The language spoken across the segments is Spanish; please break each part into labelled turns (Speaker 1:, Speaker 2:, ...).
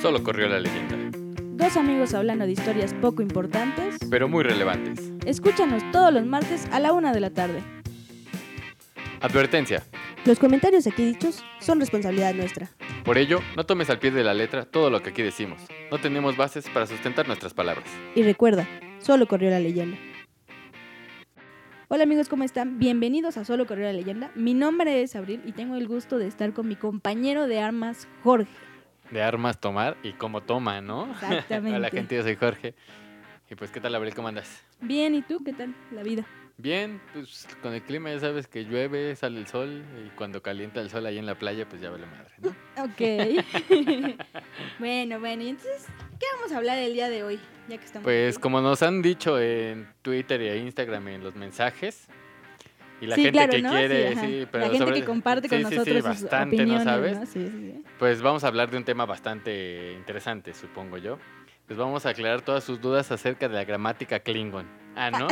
Speaker 1: solo corrió la leyenda,
Speaker 2: Dos amigos hablando de historias poco importantes.
Speaker 1: pero muy relevantes.
Speaker 2: Escúchanos todos los martes a la una de la tarde.
Speaker 1: Advertencia,
Speaker 3: Los comentarios aquí dichos son responsabilidad nuestra.
Speaker 1: por ello, no tomes al pie de la letra todo lo que aquí decimos. No tenemos bases para sustentar nuestras palabras.
Speaker 3: Y recuerda, solo corrió la leyenda.
Speaker 2: Hola amigos, ¿cómo están? Bienvenidos a Solo Corrió la Leyenda. Mi nombre es Abril y tengo el gusto de estar con mi compañero de armas, Jorge.
Speaker 1: De armas tomar y cómo toma, ¿no?
Speaker 2: Exactamente.
Speaker 1: Hola gente, yo soy Jorge. Y pues, ¿qué tal, Abril? ¿Cómo andas?
Speaker 2: Bien, ¿y tú qué tal la vida?
Speaker 1: Bien, pues con el clima ya sabes que llueve, sale el sol y cuando calienta el sol ahí en la playa, pues ya vale madre, ¿no?
Speaker 2: Ok. bueno, bueno, y entonces, ¿qué vamos a hablar el día de hoy? Ya que estamos.
Speaker 1: Pues
Speaker 2: aquí?
Speaker 1: como nos han dicho en Twitter e Instagram en los mensajes y la
Speaker 2: Sí,
Speaker 1: gente
Speaker 2: claro,
Speaker 1: que
Speaker 2: ¿no? Sí,
Speaker 1: quiere,
Speaker 2: ajá.
Speaker 1: sí, pero
Speaker 2: la gente
Speaker 1: sobre-
Speaker 2: que
Speaker 1: sí,
Speaker 2: comparte con
Speaker 1: sí, sí,
Speaker 2: nosotros sus
Speaker 1: bastante,
Speaker 2: opiniones,
Speaker 1: ¿no sabes?
Speaker 2: ¿no? Sí, sí, sí.
Speaker 1: Pues vamos a hablar de un tema bastante interesante, supongo yo. Pues vamos a aclarar todas sus dudas acerca de la gramática Klingon. Ah, ¿no?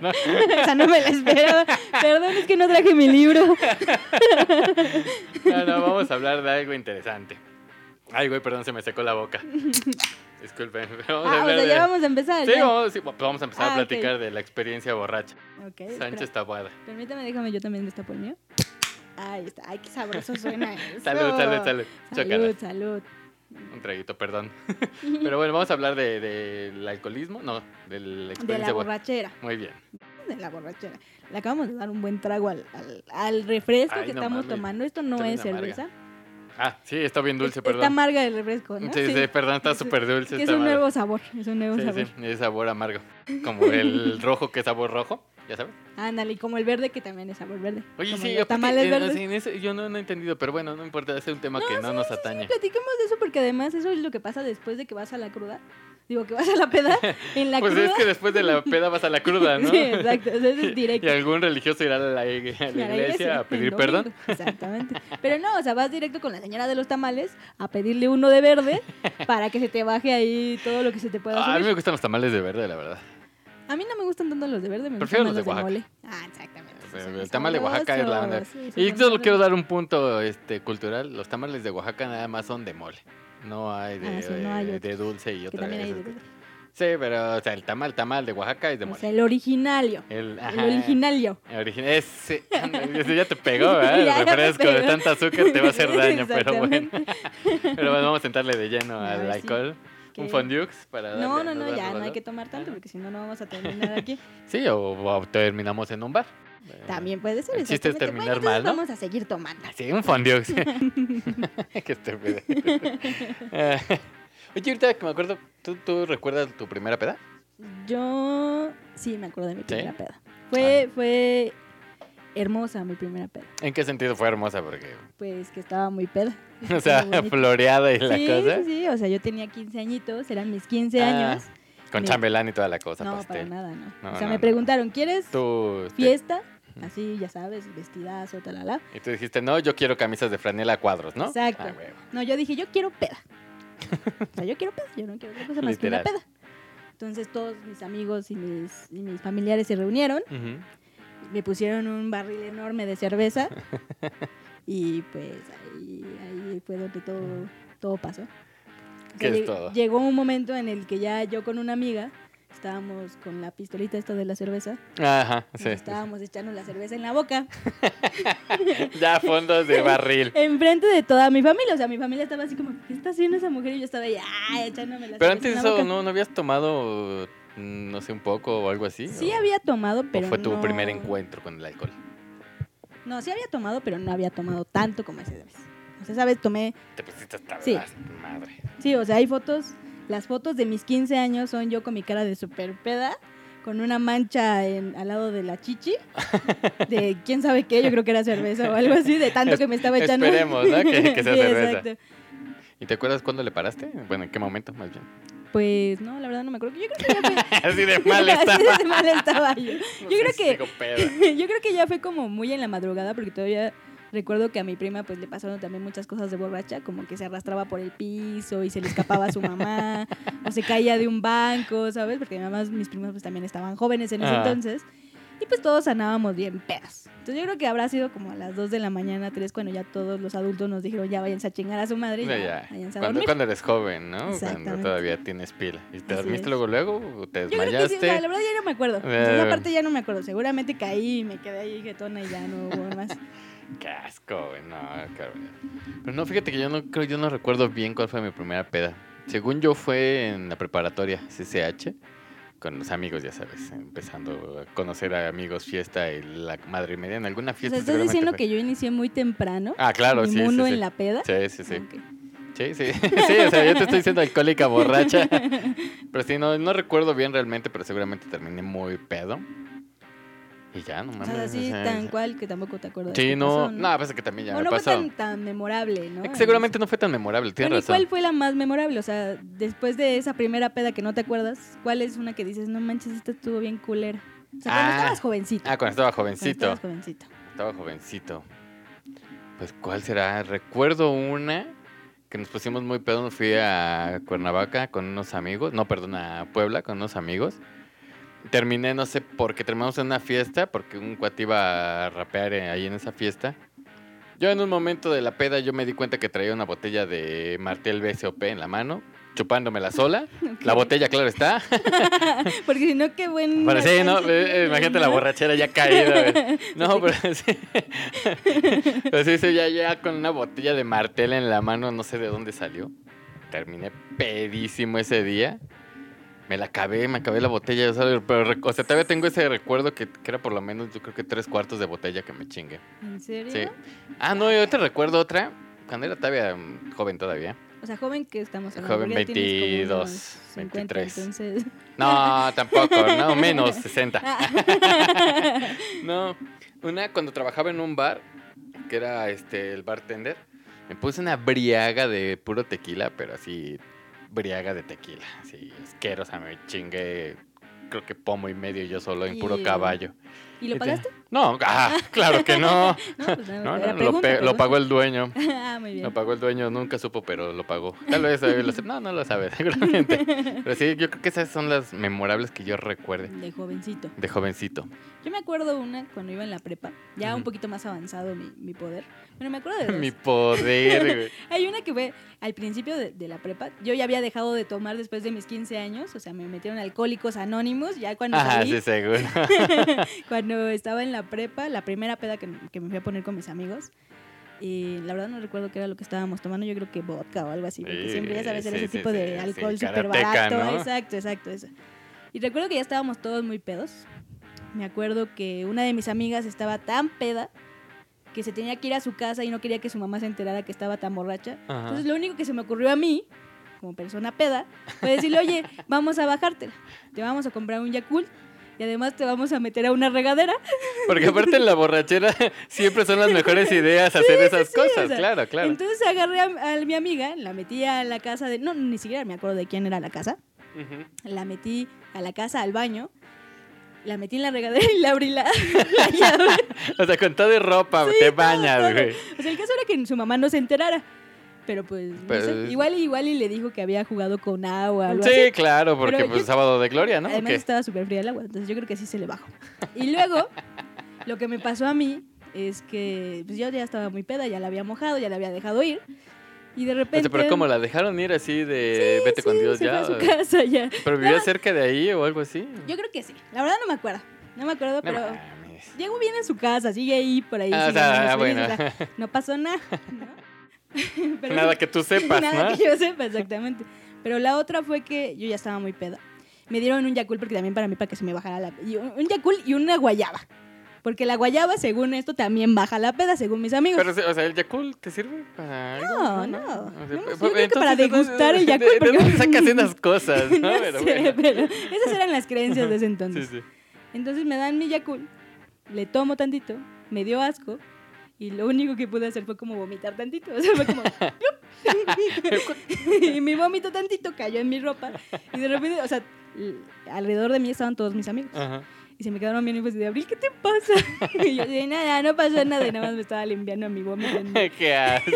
Speaker 1: No.
Speaker 2: Esa no me la esperaba. Perdón, es que no traje mi libro.
Speaker 1: Ah, No, no, vamos a hablar de algo interesante. Ay, güey, perdón, se me secó la boca. Disculpen. Vamos a
Speaker 2: ah, o
Speaker 1: hablar
Speaker 2: sea, ya
Speaker 1: de-
Speaker 2: vamos a empezar.
Speaker 1: Sí,
Speaker 2: ya.
Speaker 1: vamos, sí, pues vamos a empezar a
Speaker 2: Ah, ok.
Speaker 1: platicar de la experiencia borracha.
Speaker 2: Ok, espera.
Speaker 1: Sánchez Tabuada.
Speaker 2: Permítame, déjame, yo también destapo el mío. Ahí está. Ay, qué sabroso suena eso.
Speaker 1: Salud, salud, salud. Chócalas.
Speaker 2: Salud, salud.
Speaker 1: Un traguito, perdón. Pero bueno, vamos a hablar de- del alcoholismo. No, de la
Speaker 2: De la
Speaker 1: experiencia borracha.
Speaker 2: borrachera.
Speaker 1: Muy bien.
Speaker 2: De la borrachera. Le acabamos de dar un buen trago al, al- al refresco
Speaker 1: Ay,
Speaker 2: que
Speaker 1: no
Speaker 2: estamos
Speaker 1: mames.
Speaker 2: tomando. Esto no
Speaker 1: Está bien
Speaker 2: es
Speaker 1: amarga.
Speaker 2: cerveza.
Speaker 1: Ah, sí, está bien dulce,
Speaker 2: Es-
Speaker 1: perdón.
Speaker 2: Está amarga el refresco, ¿no?
Speaker 1: Sí, sí, perdón, está
Speaker 2: Es-
Speaker 1: súper dulce.
Speaker 2: Que es
Speaker 1: esta
Speaker 2: un
Speaker 1: madre.
Speaker 2: nuevo sabor. Es un nuevo
Speaker 1: Sí,
Speaker 2: sabor.
Speaker 1: sí, es sabor amargo. Como el rojo, que es sabor rojo, ya sabes.
Speaker 2: Ándale, y como el verde, que también es sabor verde.
Speaker 1: Oye,
Speaker 2: como
Speaker 1: sí,
Speaker 2: los
Speaker 1: aparte,
Speaker 2: tamales
Speaker 1: en-
Speaker 2: verdes.
Speaker 1: en eso yo no, no he entendido, pero bueno, no importa, es un tema que no nos atañe.
Speaker 2: Platiquemos de eso porque además eso es lo que pasa después de que vas a la cruda. Digo, que vas a la peda en la
Speaker 1: pues
Speaker 2: cruda.
Speaker 1: es que después de la peda vas a la cruda, ¿no?
Speaker 2: Sí, exacto, o sea, eso es
Speaker 1: Y
Speaker 2: directo.
Speaker 1: algún religioso irá a la, a la
Speaker 2: A la
Speaker 1: iglesia a
Speaker 2: el
Speaker 1: pedir
Speaker 2: domingo,
Speaker 1: perdón.
Speaker 2: Exactamente. Pero no, o sea, vas directo con la señora de los tamales a pedirle uno de verde para que se te baje ahí todo lo que se te pueda
Speaker 1: Ah, a mí
Speaker 2: subir.
Speaker 1: me gustan los tamales de verde, la verdad.
Speaker 2: A mí no me gustan tanto los de verde, me
Speaker 1: Prefiero
Speaker 2: gustan
Speaker 1: los de
Speaker 2: más los de,
Speaker 1: Oaxaca.
Speaker 2: mole. Ah, exactamente. esos
Speaker 1: Pero
Speaker 2: son
Speaker 1: el
Speaker 2: los
Speaker 1: tamal de Oaxaca es la onda.
Speaker 2: sabrosos, sí, esos
Speaker 1: Y
Speaker 2: son
Speaker 1: solo
Speaker 2: los
Speaker 1: quiero
Speaker 2: buenos.
Speaker 1: dar un punto este, cultural. Los tamales de Oaxaca nada más son de mole. No hay de,
Speaker 2: Ah, sí, no hay
Speaker 1: de
Speaker 2: otros.
Speaker 1: dulce y
Speaker 2: Que
Speaker 1: otra
Speaker 2: también hay
Speaker 1: esas
Speaker 2: de Pues
Speaker 1: cosas. Sí, pero o sea, el tamal, tamal de Oaxaca es de
Speaker 2: O
Speaker 1: mole.
Speaker 2: sea, el originario.
Speaker 1: el,
Speaker 2: El
Speaker 1: ajá,
Speaker 2: originario.
Speaker 1: el origi- ese, ándale, ese ya te pegó, ¿verdad?
Speaker 2: Ya, ya
Speaker 1: El
Speaker 2: me
Speaker 1: refresco de
Speaker 2: pegó.
Speaker 1: tanta azúcar te va a hacer daño, pero bueno.
Speaker 2: Exactamente.
Speaker 1: Pero bueno, vamos a sentarle de lleno
Speaker 2: A
Speaker 1: al
Speaker 2: ver, sí.
Speaker 1: alcohol.
Speaker 2: ¿Qué?
Speaker 1: Un fondue para
Speaker 2: No,
Speaker 1: darle-
Speaker 2: no, no,
Speaker 1: darle
Speaker 2: ya no hay
Speaker 1: valor.
Speaker 2: que tomar tanto
Speaker 1: Ajá.
Speaker 2: porque si no, no vamos a terminar aquí.
Speaker 1: Sí, o, o terminamos en un bar. Eh,
Speaker 2: También puede ser.
Speaker 1: el chiste es
Speaker 2: exactamente.
Speaker 1: terminar
Speaker 2: entonces
Speaker 1: mal, ¿no?
Speaker 2: Vamos a seguir tomando.
Speaker 1: Eh, Sí, un fondue. Qué estúpido. Ah, Oye, ahorita que me acuerdo, ¿tú, tú recuerdas tu primera peda?
Speaker 2: Yo sí me acuerdo de mi
Speaker 1: ¿Sí?
Speaker 2: primera peda. Fue, fue hermosa mi primera peda.
Speaker 1: ¿En qué sentido fue hermosa? Porque,
Speaker 2: Pues que estaba muy peda.
Speaker 1: o sea,
Speaker 2: Estuvo bonito.
Speaker 1: floreada y la
Speaker 2: Sí,
Speaker 1: cosa.
Speaker 2: sí, sí. O sea, yo tenía 15 añitos, eran mis 15
Speaker 1: Ah,
Speaker 2: años.
Speaker 1: Con
Speaker 2: Mi-
Speaker 1: chambelán y toda la cosa,
Speaker 2: No, para
Speaker 1: pastel.
Speaker 2: nada, no.
Speaker 1: No,
Speaker 2: o sea,
Speaker 1: no,
Speaker 2: me
Speaker 1: no.
Speaker 2: preguntaron, ¿quieres
Speaker 1: Tú, este,
Speaker 2: fiesta? Así, ya sabes, vestidazo, talala.
Speaker 1: y tú dijiste, no, yo quiero camisas de franela a cuadros, ¿no?
Speaker 2: Exacto.
Speaker 1: Ah, huevo.
Speaker 2: No, yo dije, yo quiero peda. O sea, yo quiero peda, yo no quiero otra cosa más que una
Speaker 1: Literal.
Speaker 2: peda. Entonces todos mis amigos y mis, y mis familiares se reunieron,
Speaker 1: Ujú.
Speaker 2: me pusieron un barril enorme de cerveza y pues ahí, ahí fue donde todo, todo pasó. O
Speaker 1: ¿Qué
Speaker 2: sea,
Speaker 1: es
Speaker 2: lleg-
Speaker 1: todo?
Speaker 2: Llegó un momento en el que ya yo con una amiga estábamos con la pistolita esta de la cerveza,
Speaker 1: Ajá,
Speaker 2: nos
Speaker 1: sí.
Speaker 2: estábamos echando la cerveza en la boca.
Speaker 1: Ya fondos de barril.
Speaker 2: Enfrente de toda mi familia. O sea, mi familia estaba así como, ¿qué está haciendo esa mujer? Y yo estaba ahí, ¡ay! Echándome la
Speaker 1: Pero
Speaker 2: cerveza en
Speaker 1: antes de
Speaker 2: la
Speaker 1: eso,
Speaker 2: boca.
Speaker 1: ¿no, ¿no habías tomado, mm, no sé, un poco o algo así?
Speaker 2: Sí
Speaker 1: ¿O-
Speaker 2: había tomado, pero.
Speaker 1: ¿O fue tu
Speaker 2: no-
Speaker 1: primer encuentro con el alcohol?
Speaker 2: No, sí había tomado, pero no había tomado tanto como esa vez. O sea, esa vez tomé.
Speaker 1: Te pusiste hasta
Speaker 2: Sí.
Speaker 1: la madre.
Speaker 2: Sí, o sea, hay fotos. Las fotos de mis 15 años son yo con mi cara de super peda, con una mancha en- al lado de la chichi, de quién sabe qué, yo creo que era cerveza o algo así, de tanto que me estaba echando.
Speaker 1: Esperemos, ¿no? Que- que sea
Speaker 2: Sí,
Speaker 1: cerveza.
Speaker 2: exacto.
Speaker 1: ¿Y te acuerdas cuándo le paraste? Bueno, ¿en qué momento más bien?
Speaker 2: Pues no, la verdad no me acuerdo. Yo creo que ya fue-
Speaker 1: Así de mal estaba.
Speaker 2: Así de mal estaba yo.
Speaker 1: No
Speaker 2: Yo
Speaker 1: sé
Speaker 2: creo
Speaker 1: si
Speaker 2: que
Speaker 1: digo peda.
Speaker 2: yo creo que ya fue como muy en la madrugada porque todavía recuerdo que a mi prima pues le pasaron también muchas cosas de borracha, como que se arrastraba por el piso y se le escapaba a su mamá o se caía de un banco, ¿sabes? Porque además mis primas pues también estaban jóvenes en ese
Speaker 1: Ah.
Speaker 2: entonces. Y pues todos sanábamos bien pedas. Entonces yo creo que habrá sido como a las 2 de la mañana, 3, cuando ya todos los adultos nos dijeron, ya váyanse a chingar a su madre, ya,
Speaker 1: Ya,
Speaker 2: váyanse a
Speaker 1: Cuando,
Speaker 2: dormir.
Speaker 1: cuando eres joven, ¿no? Cuando
Speaker 2: Exactamente.
Speaker 1: todavía tienes pila. ¿Y te
Speaker 2: Así
Speaker 1: dormiste
Speaker 2: es.
Speaker 1: luego luego? ¿O te
Speaker 2: Yo creo que sí,
Speaker 1: desmayaste?
Speaker 2: o sea, la verdad ya no me acuerdo.
Speaker 1: Eh.
Speaker 2: Entonces, aparte ya no me acuerdo. Seguramente caí y me quedé ahí jetona y ya no hubo más.
Speaker 1: Qué asco, güey. No, qué horror. Pero no, fíjate que yo no creo, yo no recuerdo bien cuál fue mi primera peda. Según yo fue en la preparatoria, CCH, con los amigos, ya sabes, empezando a conocer a amigos, fiesta y la madre y media. En alguna
Speaker 2: O
Speaker 1: fiesta.
Speaker 2: sea, ¿estás
Speaker 1: seguramente
Speaker 2: diciendo
Speaker 1: fue.
Speaker 2: que yo inicié muy temprano?
Speaker 1: Ah, pues. claro,
Speaker 2: mi
Speaker 1: sí. sí,
Speaker 2: mundo
Speaker 1: sí.
Speaker 2: en la peda. Ah.
Speaker 1: Sí, sí, sí.
Speaker 2: Ok.
Speaker 1: Sí, sí. Sí, o sea, yo te estoy diciendo alcohólica borracha. Pero sí, no, no recuerdo bien realmente, pero seguramente terminé muy pedo. Y ya, no
Speaker 2: O
Speaker 1: mames.
Speaker 2: sea, así
Speaker 1: o sea,
Speaker 2: tan cual que tampoco te acuerdas.
Speaker 1: Sí,
Speaker 2: qué
Speaker 1: no.
Speaker 2: pasó,
Speaker 1: No, pasa que también ya
Speaker 2: O
Speaker 1: me
Speaker 2: no fue
Speaker 1: pasó.
Speaker 2: tan, tan memorable, ¿no?
Speaker 1: Es que seguramente no fue tan memorable,
Speaker 2: Bueno,
Speaker 1: tienes
Speaker 2: ¿y
Speaker 1: razón.
Speaker 2: cuál fue la más memorable? O sea, después de esa primera peda que no te acuerdas, ¿cuál es una que dices, no manches, esta estuvo bien culera? O sea, cuando
Speaker 1: Ah.
Speaker 2: estabas jovencito.
Speaker 1: Ah, cuando estaba
Speaker 2: cuando
Speaker 1: jovencito.
Speaker 2: estabas jovencito.
Speaker 1: Estaba jovencito. Pues, ¿cuál será? Recuerdo una que nos pusimos muy pedo. me Fui a Cuernavaca con unos amigos. No, perdón, a Puebla con unos amigos. Terminé, no sé por qué, terminamos en una fiesta, porque un cuate iba a rapear eh, ahí en esa fiesta. Yo en un momento de la peda, yo me di cuenta que traía una botella de martel BSOP en la mano, chupándomela sola. La botella, claro está.
Speaker 2: Porque si no, qué buen.
Speaker 1: Pero sí, ¿no?
Speaker 2: alcance
Speaker 1: Eh, eh,
Speaker 2: tiene,
Speaker 1: imagínate la
Speaker 2: ¿no?
Speaker 1: borrachera ya caída. güey. No, pero sí. Pero sí, sí, ya, ya con una botella de martel en la mano, no sé de dónde salió. Terminé pedísimo ese día. Me la acabé, me acabé la botella. o sea, pero, rec- o sea, todavía tengo ese recuerdo que, que era por lo menos, yo creo que tres cuartos de botella que me chingue.
Speaker 2: ¿En serio?
Speaker 1: Sí. Ah, no, yo te recuerdo otra. Cuando era todavía mm, joven todavía.
Speaker 2: O sea, joven que estamos hablando.
Speaker 1: Joven,
Speaker 2: porque ya tienes como
Speaker 1: 22,
Speaker 2: unos 50,
Speaker 1: 23.
Speaker 2: Entonces.
Speaker 1: No, tampoco, no, menos 60. No, una cuando trabajaba en un bar, que era este el bartender, me puse una briaga de puro tequila, pero así briaga de tequila, así asquerosa, me chingué creo que pomo y medio yo solo en puro
Speaker 2: Y-
Speaker 1: caballo.
Speaker 2: ¿Y lo
Speaker 1: te-
Speaker 2: pagaste?
Speaker 1: No, ah, claro que no.
Speaker 2: No, pues
Speaker 1: No,
Speaker 2: nada,
Speaker 1: no,
Speaker 2: era
Speaker 1: lo,
Speaker 2: pregunta,
Speaker 1: pe- lo
Speaker 2: pregunta.
Speaker 1: pagó el dueño.
Speaker 2: Ah, muy bien.
Speaker 1: Lo pagó el dueño, nunca supo, pero lo pagó. Tal vez eh, lo sepa. No, no lo sabe, seguramente. Pero sí, yo creo que esas son las memorables que yo recuerde
Speaker 2: De jovencito.
Speaker 1: de jovencito.
Speaker 2: Yo me acuerdo una cuando iba en la prepa, ya un
Speaker 1: Ujú.
Speaker 2: poquito más avanzado mi, mi poder. Bueno, me acuerdo de dos.
Speaker 1: Mi poder, güey.
Speaker 2: Hay una que fue al principio de, de la prepa. Yo ya había dejado de tomar después de mis 15 años, o sea, me metieron a alcohólicos anónimos ya cuando
Speaker 1: Ajá,
Speaker 2: salí,
Speaker 1: sí, seguro.
Speaker 2: cuando estaba en la prepa, la primera peda que, que me fui a poner con mis amigos. Y la verdad no recuerdo qué era lo que estábamos tomando, yo creo que vodka o algo así, porque
Speaker 1: Sí,
Speaker 2: siempre ya sabes, era
Speaker 1: sí,
Speaker 2: ese
Speaker 1: sí,
Speaker 2: tipo
Speaker 1: sí,
Speaker 2: de
Speaker 1: sí,
Speaker 2: alcohol súper
Speaker 1: karateca,
Speaker 2: barato.
Speaker 1: ¿no?
Speaker 2: Exacto, exacto, eso. Y recuerdo que ya estábamos todos muy pedos. Me acuerdo que una de mis amigas estaba tan peda que se tenía que ir a su casa y no quería que su mamá se enterara que estaba tan borracha.
Speaker 1: Ajá.
Speaker 2: Entonces lo único que se me ocurrió a mí, como persona peda, fue decirle, oye, vamos a bajártela, te vamos a comprar un Yakult y además te vamos a meter a una regadera.
Speaker 1: Porque aparte en la borrachera siempre son las mejores ideas hacer esas
Speaker 2: sí, o
Speaker 1: cosas,
Speaker 2: sea,
Speaker 1: claro, claro.
Speaker 2: Entonces agarré a, a mi amiga, la metí a la casa de... No, ni siquiera me acuerdo de quién era la casa.
Speaker 1: Ujú.
Speaker 2: La metí a la casa, al baño. La metí en la regadera y la abrí la, la llave.
Speaker 1: O sea, con todo de ropa, te bañas,
Speaker 2: todo.
Speaker 1: güey.
Speaker 2: O sea, el caso era que su mamá no se enterara. Pero pues, no
Speaker 1: Pero
Speaker 2: sé,
Speaker 1: es-
Speaker 2: igual, igual y le dijo que había jugado con agua o algo así.
Speaker 1: Sí, claro, porque
Speaker 2: Pero
Speaker 1: pues
Speaker 2: yo-
Speaker 1: sábado de gloria, ¿no? ¿O
Speaker 2: Además
Speaker 1: qué?
Speaker 2: estaba súper fría el agua, entonces yo creo que sí se le bajó. Y luego, lo que me pasó a mí es que pues yo ya estaba muy peda, ya la había mojado, ya la había dejado ir. Y de
Speaker 1: O
Speaker 2: repente...
Speaker 1: sea, Este, pero ¿cómo la dejaron ir así de vete con
Speaker 2: Sí,
Speaker 1: Dios
Speaker 2: se
Speaker 1: ya?
Speaker 2: fue a su casa ya.
Speaker 1: Pero vivía
Speaker 2: No.
Speaker 1: cerca de ahí o algo así.
Speaker 2: Yo creo que sí. La verdad no me acuerdo. No me acuerdo,
Speaker 1: No
Speaker 2: pero...
Speaker 1: mames.
Speaker 2: Llegó bien a su casa, sigue ahí, por ahí.
Speaker 1: Ah, o
Speaker 2: sigue
Speaker 1: sea,
Speaker 2: en las
Speaker 1: ah, bueno.
Speaker 2: felices, o sea, no pasó nada, ¿no? Pero
Speaker 1: Nada
Speaker 2: sí-
Speaker 1: que tú sepas,
Speaker 2: Nada
Speaker 1: ¿no?
Speaker 2: que yo sepa, exactamente. Pero la otra fue que yo ya estaba muy peda. Me dieron un Yakult porque también para mí, para que se me bajara la... y un un Yakult y una guayaba. Porque la guayaba, según esto, también baja la peda, según mis amigos.
Speaker 1: Pero, o sea, ¿el Yakult te sirve para algo?
Speaker 2: No, no.
Speaker 1: O sea,
Speaker 2: No,
Speaker 1: pe-
Speaker 2: yo
Speaker 1: pe-
Speaker 2: creo que para
Speaker 1: ¿de dónde-
Speaker 2: degustar el
Speaker 1: de-
Speaker 2: Yakult,
Speaker 1: ¿De dónde
Speaker 2: porque-
Speaker 1: sacas esas cosas? No,
Speaker 2: No
Speaker 1: pero
Speaker 2: sé,
Speaker 1: bueno.
Speaker 2: pero esas eran las creencias de ese
Speaker 1: Sí,
Speaker 2: entonces.
Speaker 1: sí.
Speaker 2: Entonces me dan mi Yakult, le tomo tantito, me dio asco. Y lo único que pude hacer fue como vomitar tantito. O sea, fue como... ¡plup! y mi vómito tantito cayó en mi ropa. Y de repente, o sea, l- alrededor de mí estaban todos mis amigos.
Speaker 1: Ajá.
Speaker 2: Y se me quedaron bien y pues de Abril, ¿qué te pasa? Y yo dije, nada, no pasó nada. Y nada más me estaba limpiando mi vómito. en-
Speaker 1: ¿Qué haces?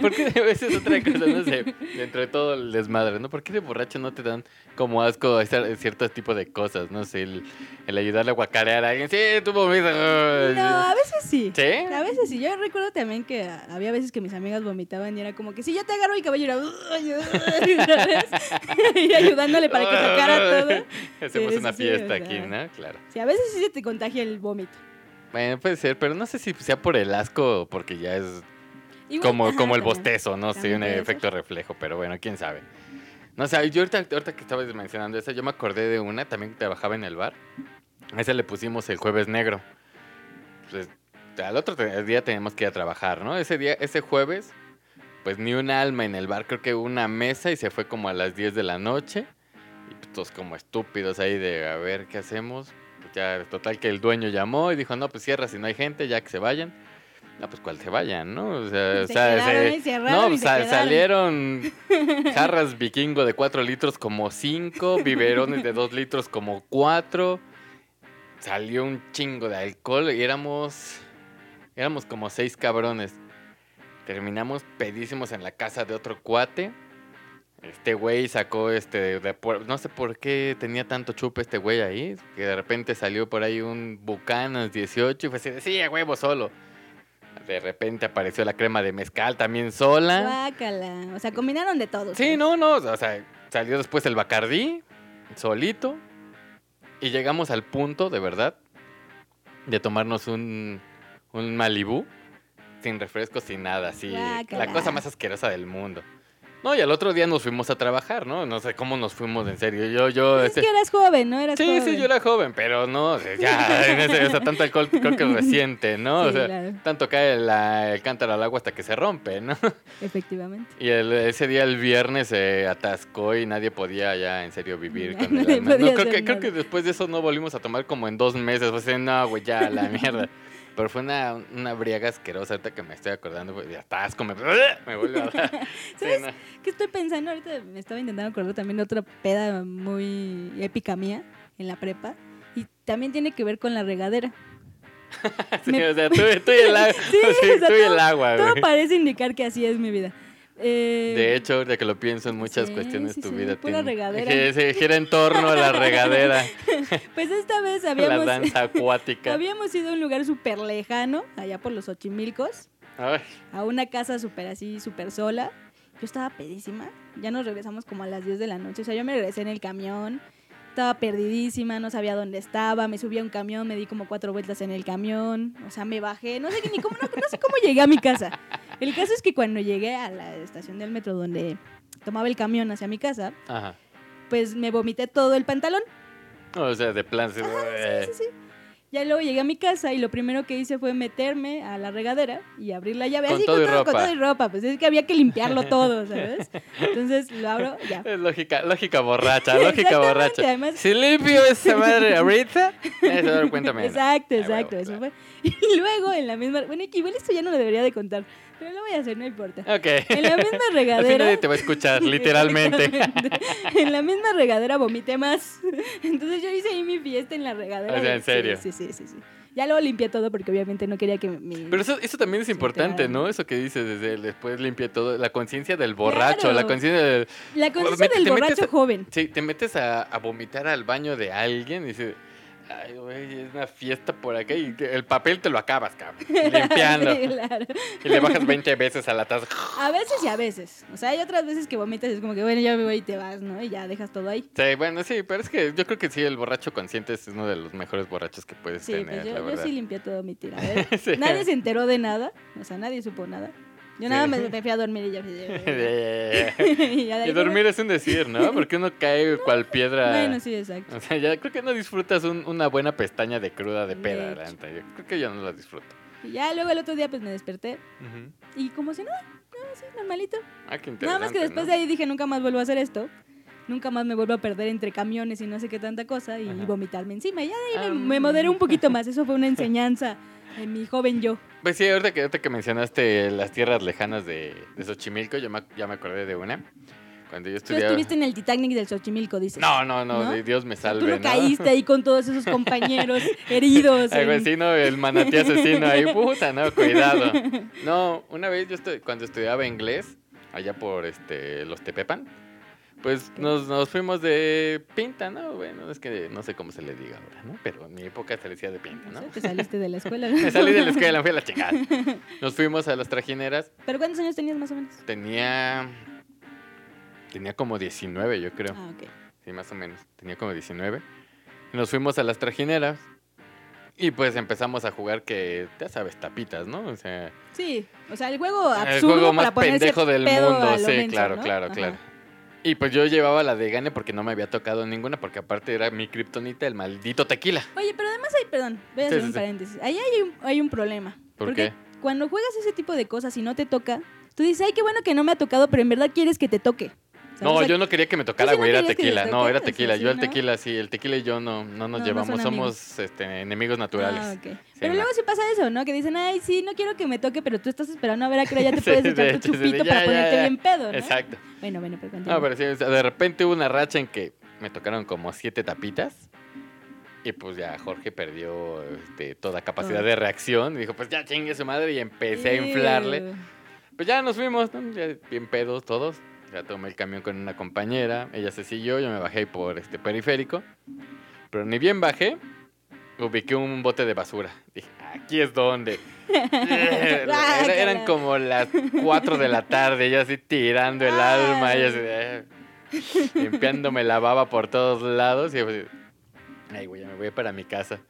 Speaker 1: Porque a veces otra cosa, no sé, dentro de todo el desmadre, ¿no? ¿Por qué de borracho no te dan como asco estar- ciertos tipos de cosas? No sé, el, el ayudarle a guacarear a alguien. Sí, tú vomitas.
Speaker 2: No, a veces sí.
Speaker 1: ¿Sí?
Speaker 2: A veces sí. Yo recuerdo también que ah, había veces que mis amigas vomitaban y era como que si yo te agarro el cabello y era... ¿sabes? y ayudándole para que sacara todo.
Speaker 1: Hacemos
Speaker 2: Sí,
Speaker 1: una
Speaker 2: sí, sí,
Speaker 1: fiesta
Speaker 2: o
Speaker 1: aquí,
Speaker 2: sea.
Speaker 1: ¿no? Claro.
Speaker 2: Sí, a veces sí se te contagia el vómito.
Speaker 1: Bueno, puede ser, pero no sé si sea por el asco o porque ya es
Speaker 2: Igual-
Speaker 1: como,
Speaker 2: ajá,
Speaker 1: como el
Speaker 2: también.
Speaker 1: bostezo, no sé,
Speaker 2: También
Speaker 1: un
Speaker 2: puede ser.
Speaker 1: efecto reflejo, pero bueno, quién sabe. No sé, yo ahorita, ahorita que estabas mencionando esa, yo me acordé de una, también que trabajaba en el bar. A esa le pusimos el jueves negro. Pues, al otro te- día tenemos que ir a trabajar, ¿no? Ese día, ese jueves, pues ni un alma en el bar, creo que una mesa y se fue como a las 10 de la noche. Y pues, todos como estúpidos ahí de a ver qué hacemos. Pues ya, total que el dueño llamó y dijo, no, pues cierra si no hay gente, ya que se vayan. No, pues cuál se vayan, ¿no? O sea,
Speaker 2: Y
Speaker 1: o
Speaker 2: se
Speaker 1: sea,
Speaker 2: quedaron
Speaker 1: se-
Speaker 2: y cerraron
Speaker 1: no,
Speaker 2: y
Speaker 1: pues,
Speaker 2: se
Speaker 1: sa-
Speaker 2: quedaron.
Speaker 1: salieron jarras vikingo de 4 litros como 5, biberones de 2 litros como 4. Salió un chingo de alcohol y éramos éramos como seis cabrones. Terminamos pedísimos en la casa de otro cuate. Este güey sacó este de por- no sé por qué tenía tanto chupe este güey ahí, que de repente salió por ahí un Bucanas 18 y fue así, de, sí, a huevo solo. De repente apareció la crema de mezcal también sola.
Speaker 2: Guácala. O sea, combinaron de todo.
Speaker 1: ¿eh? Sí, no, no. O sea, salió después el Bacardí, solito. Y llegamos al punto, de verdad, de tomarnos un, un Malibú sin refresco, sin nada. Así,
Speaker 2: Guácala.
Speaker 1: la cosa más asquerosa del mundo. No, y al otro día nos fuimos a trabajar, ¿no? No sé cómo nos fuimos, en serio. Yo, yo...
Speaker 2: Pues
Speaker 1: este-
Speaker 2: Es que eras joven, ¿no? Eras
Speaker 1: Sí,
Speaker 2: joven.
Speaker 1: sí, yo era joven, pero no, o sea, ya, en ese, o sea, tanto alcohol creo que reciente, ¿no? O
Speaker 2: Sí,
Speaker 1: sea,
Speaker 2: claro.
Speaker 1: tanto cae la- el cántaro al agua hasta que se rompe, ¿no?
Speaker 2: Efectivamente.
Speaker 1: Y el- ese día, el viernes, se atascó y nadie podía ya en serio vivir con el
Speaker 2: Nadie
Speaker 1: alma. No,
Speaker 2: podía
Speaker 1: creo,
Speaker 2: hacer
Speaker 1: que, creo que
Speaker 2: nada.
Speaker 1: después de eso no volvimos a tomar como en dos meses. O sea, no, güey, ya, la mierda. Pero fue una, una briaga asquerosa ahorita que me estoy acordando. güey, de atasco, me, me vuelve a dar. Sí,
Speaker 2: ¿Sabes?
Speaker 1: no.
Speaker 2: ¿Qué estoy pensando? Ahorita me estaba intentando acordar también de otra peda muy épica mía en la prepa. Y también tiene que ver con la regadera.
Speaker 1: Sí,
Speaker 2: Me-
Speaker 1: o sea, tú, tú y el agua.
Speaker 2: Sí,
Speaker 1: o sea,
Speaker 2: o sea,
Speaker 1: tú y el
Speaker 2: todo-
Speaker 1: agua,
Speaker 2: Todo
Speaker 1: güey.
Speaker 2: parece indicar que así es mi vida. Eh,
Speaker 1: De hecho, ahorita que lo pienso, en muchas
Speaker 2: sí,
Speaker 1: cuestiones
Speaker 2: sí,
Speaker 1: tu
Speaker 2: sí,
Speaker 1: vida
Speaker 2: pura
Speaker 1: tiene-
Speaker 2: regadera.
Speaker 1: que se gira en torno a la regadera,
Speaker 2: pues esta vez
Speaker 1: la
Speaker 2: habíamos,
Speaker 1: danza acuática.
Speaker 2: habíamos ido a un lugar súper lejano, allá por los Ochimilcos,
Speaker 1: Ay,
Speaker 2: a una casa súper así, súper sola. Yo estaba pedísima. Ya nos regresamos como a las 10 de la noche. O sea, yo me regresé en el camión. Estaba perdidísima, no sabía dónde estaba. Me subí a un camión, me di como cuatro vueltas en el camión. O sea, me bajé. No sé ni cómo, no, no sé cómo llegué a mi casa. El caso es que cuando llegué a la estación del metro donde tomaba el camión hacia mi casa,
Speaker 1: ajá.
Speaker 2: pues me vomité todo el pantalón.
Speaker 1: O sea, de plan. sí, eh.
Speaker 2: Sí, sí. Ya luego llegué a mi casa y lo primero que hice fue meterme a la regadera y abrir la llave.
Speaker 1: Con
Speaker 2: así
Speaker 1: todo y
Speaker 2: con, todo, con
Speaker 1: ropa.
Speaker 2: todo y ropa. Pues es que había que limpiarlo todo, ¿sabes? Entonces lo abro, ya.
Speaker 1: Es lógica, lógica borracha, lógica
Speaker 2: Exactamente,
Speaker 1: borracha.
Speaker 2: además-
Speaker 1: Si limpio esa madre ahorita, ya se va a dar cuenta mañana.
Speaker 2: Exacto,
Speaker 1: Ah,
Speaker 2: exacto.
Speaker 1: huevo,
Speaker 2: eso
Speaker 1: claro.
Speaker 2: fue. Y luego en la misma. Bueno, igual esto ya no lo debería de contar, pero lo voy a hacer, no importa. En
Speaker 1: Ok.
Speaker 2: la misma
Speaker 1: Así
Speaker 2: regadera.
Speaker 1: nadie te va a escuchar, literalmente.
Speaker 2: Exactamente. en la misma regadera vomité más. Entonces yo hice ahí mi fiesta en la regadera.
Speaker 1: O sea, ¿en
Speaker 2: Sí,
Speaker 1: serio?
Speaker 2: Sí, sí, sí, sí. Ya luego limpié todo porque obviamente no quería que mi...
Speaker 1: Pero eso, eso también es
Speaker 2: Sí,
Speaker 1: importante,
Speaker 2: claro.
Speaker 1: ¿no? Eso que dices desde el después limpia todo. La conciencia del borracho,
Speaker 2: Claro.
Speaker 1: la conciencia del.
Speaker 2: La conciencia
Speaker 1: Te
Speaker 2: del
Speaker 1: metes
Speaker 2: borracho
Speaker 1: a-
Speaker 2: joven.
Speaker 1: Sí, te metes a, a vomitar al baño de alguien y dices. Ay, güey, es una fiesta por acá y te- el papel te lo acabas, cabrón. Limpiando.
Speaker 2: Sí, claro.
Speaker 1: Y le bajas 20 veces a la taza.
Speaker 2: A veces y a veces. O sea, hay otras veces que vomitas y es como que, bueno, ya me voy y te vas, ¿no? Y ya dejas todo ahí.
Speaker 1: Sí, bueno, sí, pero es que yo creo que sí, el borracho consciente es uno de los mejores borrachos que puedes
Speaker 2: Sí,
Speaker 1: tener,
Speaker 2: pues yo,
Speaker 1: la
Speaker 2: yo
Speaker 1: verdad.
Speaker 2: sí limpié todo mi tiradero.
Speaker 1: Sí.
Speaker 2: Nadie se enteró de nada. O sea, nadie supo nada. Yo nada
Speaker 1: Sí.
Speaker 2: más me fui a dormir y ya. y
Speaker 1: Sí.
Speaker 2: ya de
Speaker 1: y
Speaker 2: ahí-
Speaker 1: dormir es un decir, ¿no? Porque uno cae cual piedra.
Speaker 2: Bueno, sí, exacto.
Speaker 1: O sea, ya creo que no disfrutas un- una buena pestaña de cruda de
Speaker 2: De
Speaker 1: peda,
Speaker 2: hecho.
Speaker 1: la neta. Yo creo que yo no la disfruto.
Speaker 2: Y ya luego el otro día pues me desperté
Speaker 1: Ujú.
Speaker 2: y como si nada, no, sí, normalito.
Speaker 1: Ah, qué interesante.
Speaker 2: Nada más que después
Speaker 1: ¿no?
Speaker 2: de ahí dije, nunca más vuelvo a hacer esto. Nunca más me vuelvo a perder entre camiones y no sé qué tanta cosa y
Speaker 1: Ajá.
Speaker 2: vomitarme encima. Y ya de ahí me,
Speaker 1: Ah,
Speaker 2: me moderé un poquito más. Eso fue una enseñanza de mi joven yo.
Speaker 1: Pues sí, ahorita que, ahorita que mencionaste las tierras lejanas de, de Xochimilco, yo me, ac- ya me acordé de una. Cuando yo
Speaker 2: Tú
Speaker 1: estudiaba.
Speaker 2: estuviste en el Titanic del Xochimilco, dices.
Speaker 1: No, no, no,
Speaker 2: ¿No?
Speaker 1: de- Dios me salve.
Speaker 2: Tú no caíste ahí con todos esos compañeros heridos.
Speaker 1: El
Speaker 2: en-
Speaker 1: vecino, el manatí asesino ahí, puta, no, cuidado. No, una vez yo estu- cuando estudiaba inglés, allá por este los Tepepan, pues nos, nos fuimos de pinta, ¿no? Bueno, es que no sé cómo se le diga ahora, ¿no? Pero en mi época se le decía de pinta,
Speaker 2: No
Speaker 1: ¿no?
Speaker 2: sé, Te saliste de la escuela.
Speaker 1: Me salí de la escuela, fui a la chingada. Nos fuimos a las trajineras,
Speaker 2: ¿Pero cuántos años tenías más o menos?
Speaker 1: tenía... Tenía como 19, yo creo.
Speaker 2: Ah, ok.
Speaker 1: Sí, más o menos. Tenía como 19. Y nos fuimos a las trajineras. Y pues empezamos a jugar que, ya sabes, tapitas, ¿no? O sea,
Speaker 2: Sí, o sea, el juego absurdo
Speaker 1: el juego más
Speaker 2: para ponerse
Speaker 1: pendejo del
Speaker 2: pedo
Speaker 1: mundo.
Speaker 2: a lo
Speaker 1: Sí,
Speaker 2: menso,
Speaker 1: claro,
Speaker 2: ¿no?
Speaker 1: claro,
Speaker 2: Ajá.
Speaker 1: claro. Y pues yo llevaba la de Gane porque no me había tocado ninguna, porque aparte era mi kriptonita, el maldito tequila.
Speaker 2: Oye, pero además hay, perdón, voy a
Speaker 1: Sí,
Speaker 2: hacer
Speaker 1: sí,
Speaker 2: un
Speaker 1: sí.
Speaker 2: paréntesis. Ahí hay un, hay un problema.
Speaker 1: ¿Por
Speaker 2: porque
Speaker 1: qué?
Speaker 2: cuando juegas ese tipo de cosas y no te toca, tú dices, ay, qué bueno que no me ha tocado, pero en verdad quieres que te toque. ¿Sabes? O
Speaker 1: No,
Speaker 2: sea,
Speaker 1: yo no quería que me tocara,
Speaker 2: sí no
Speaker 1: güey, era
Speaker 2: querías que les
Speaker 1: tequila. No,
Speaker 2: tocara,
Speaker 1: era
Speaker 2: o sea,
Speaker 1: tequila.
Speaker 2: sí,
Speaker 1: Yo el
Speaker 2: ¿no?
Speaker 1: tequila, sí, el tequila y yo no, no nos
Speaker 2: No, no
Speaker 1: llevamos.
Speaker 2: son
Speaker 1: Somos este, enemigos naturales.
Speaker 2: Ah, ok.
Speaker 1: Sí,
Speaker 2: pero
Speaker 1: no.
Speaker 2: luego sí pasa eso, ¿no? Que dicen, ay, sí, no quiero que me toque, pero tú estás esperando a ver a qué hora ya te
Speaker 1: Sí,
Speaker 2: puedes
Speaker 1: de
Speaker 2: echar tu
Speaker 1: hecho, sí, de- ya,
Speaker 2: chupito para
Speaker 1: ya,
Speaker 2: ponerte
Speaker 1: ya.
Speaker 2: bien pedo, ¿no?
Speaker 1: Exacto.
Speaker 2: Bueno, bueno, pero continúa.
Speaker 1: No, pero sí, o sea, de repente hubo una racha en que me tocaron como siete tapitas. Y pues ya Jorge perdió este, toda capacidad
Speaker 2: Todo.
Speaker 1: de reacción. Y dijo, pues ya chingue su madre. Y empecé a inflarle.
Speaker 2: Ew.
Speaker 1: Pues ya nos fuimos, ¿no? Ya bien pedos todos. Ya tomé el camión con una compañera. Ella se siguió. Yo me bajé por este periférico. Pero ni bien bajé, ubiqué un bote de basura. Dije, aquí es donde. Era- eran como las 4 de la tarde, yo así tirando el alma, yo así, eh, limpiándome la baba por todos lados. Y yo así, ay, güey, ya me voy para mi casa.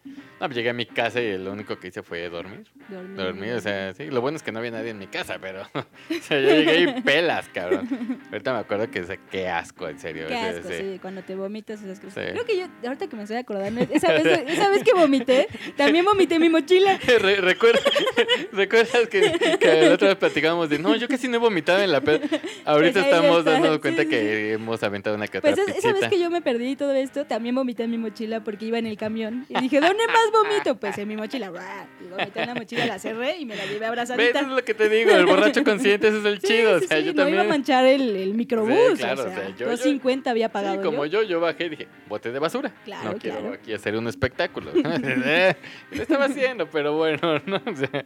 Speaker 1: No, pues llegué a mi casa y lo único que hice fue dormir.
Speaker 2: Dormí.
Speaker 1: Dormir, o sea, sí. Lo bueno es que no había nadie en mi casa, pero. O sea, yo llegué y pelas, cabrón. Ahorita me acuerdo que, o sea, qué asco, en serio.
Speaker 2: Qué
Speaker 1: o sea,
Speaker 2: asco,
Speaker 1: sí.
Speaker 2: sí. cuando te vomitas esas cosas.
Speaker 1: Sí.
Speaker 2: Creo que yo, ahorita que me estoy acordando, esa vez, esa vez que vomité, también vomité mi mochila.
Speaker 1: Re- recuerda- ¿Recuerdas que, que la otra vez platicábamos de no, yo casi no he vomitado en la peda? Ahorita
Speaker 2: Pues ahí
Speaker 1: estamos
Speaker 2: está,
Speaker 1: dándonos
Speaker 2: sí,
Speaker 1: cuenta
Speaker 2: sí,
Speaker 1: que hemos aventado una que otra
Speaker 2: Pues es- esa vez
Speaker 1: pizzita.
Speaker 2: que yo me perdí y todo esto, también vomité en mi mochila porque iba en el camión. Y dije, ¿dónde más vomito? Pues en mi mochila. Bra. Y vomité en la mochila, la cerré y me la
Speaker 1: ¿Ves?
Speaker 2: llevé
Speaker 1: Eso es
Speaker 2: abrazadita.
Speaker 1: lo que te digo, el borracho consciente, ese es el
Speaker 2: Sí,
Speaker 1: chido.
Speaker 2: sí,
Speaker 1: o sea,
Speaker 2: sí,
Speaker 1: yo
Speaker 2: no iba a
Speaker 1: también.
Speaker 2: manchar el, el microbús.
Speaker 1: Sí, claro,
Speaker 2: o
Speaker 1: o
Speaker 2: sea,
Speaker 1: sea, yo- yo-
Speaker 2: 2.50 había pagado
Speaker 1: Sí, como
Speaker 2: yo.
Speaker 1: yo, yo bajé y dije, bote de basura.
Speaker 2: Claro,
Speaker 1: no quiero
Speaker 2: claro.
Speaker 1: aquí hacer un espectáculo. Lo estaba haciendo, pero bueno, ¿no? O sea,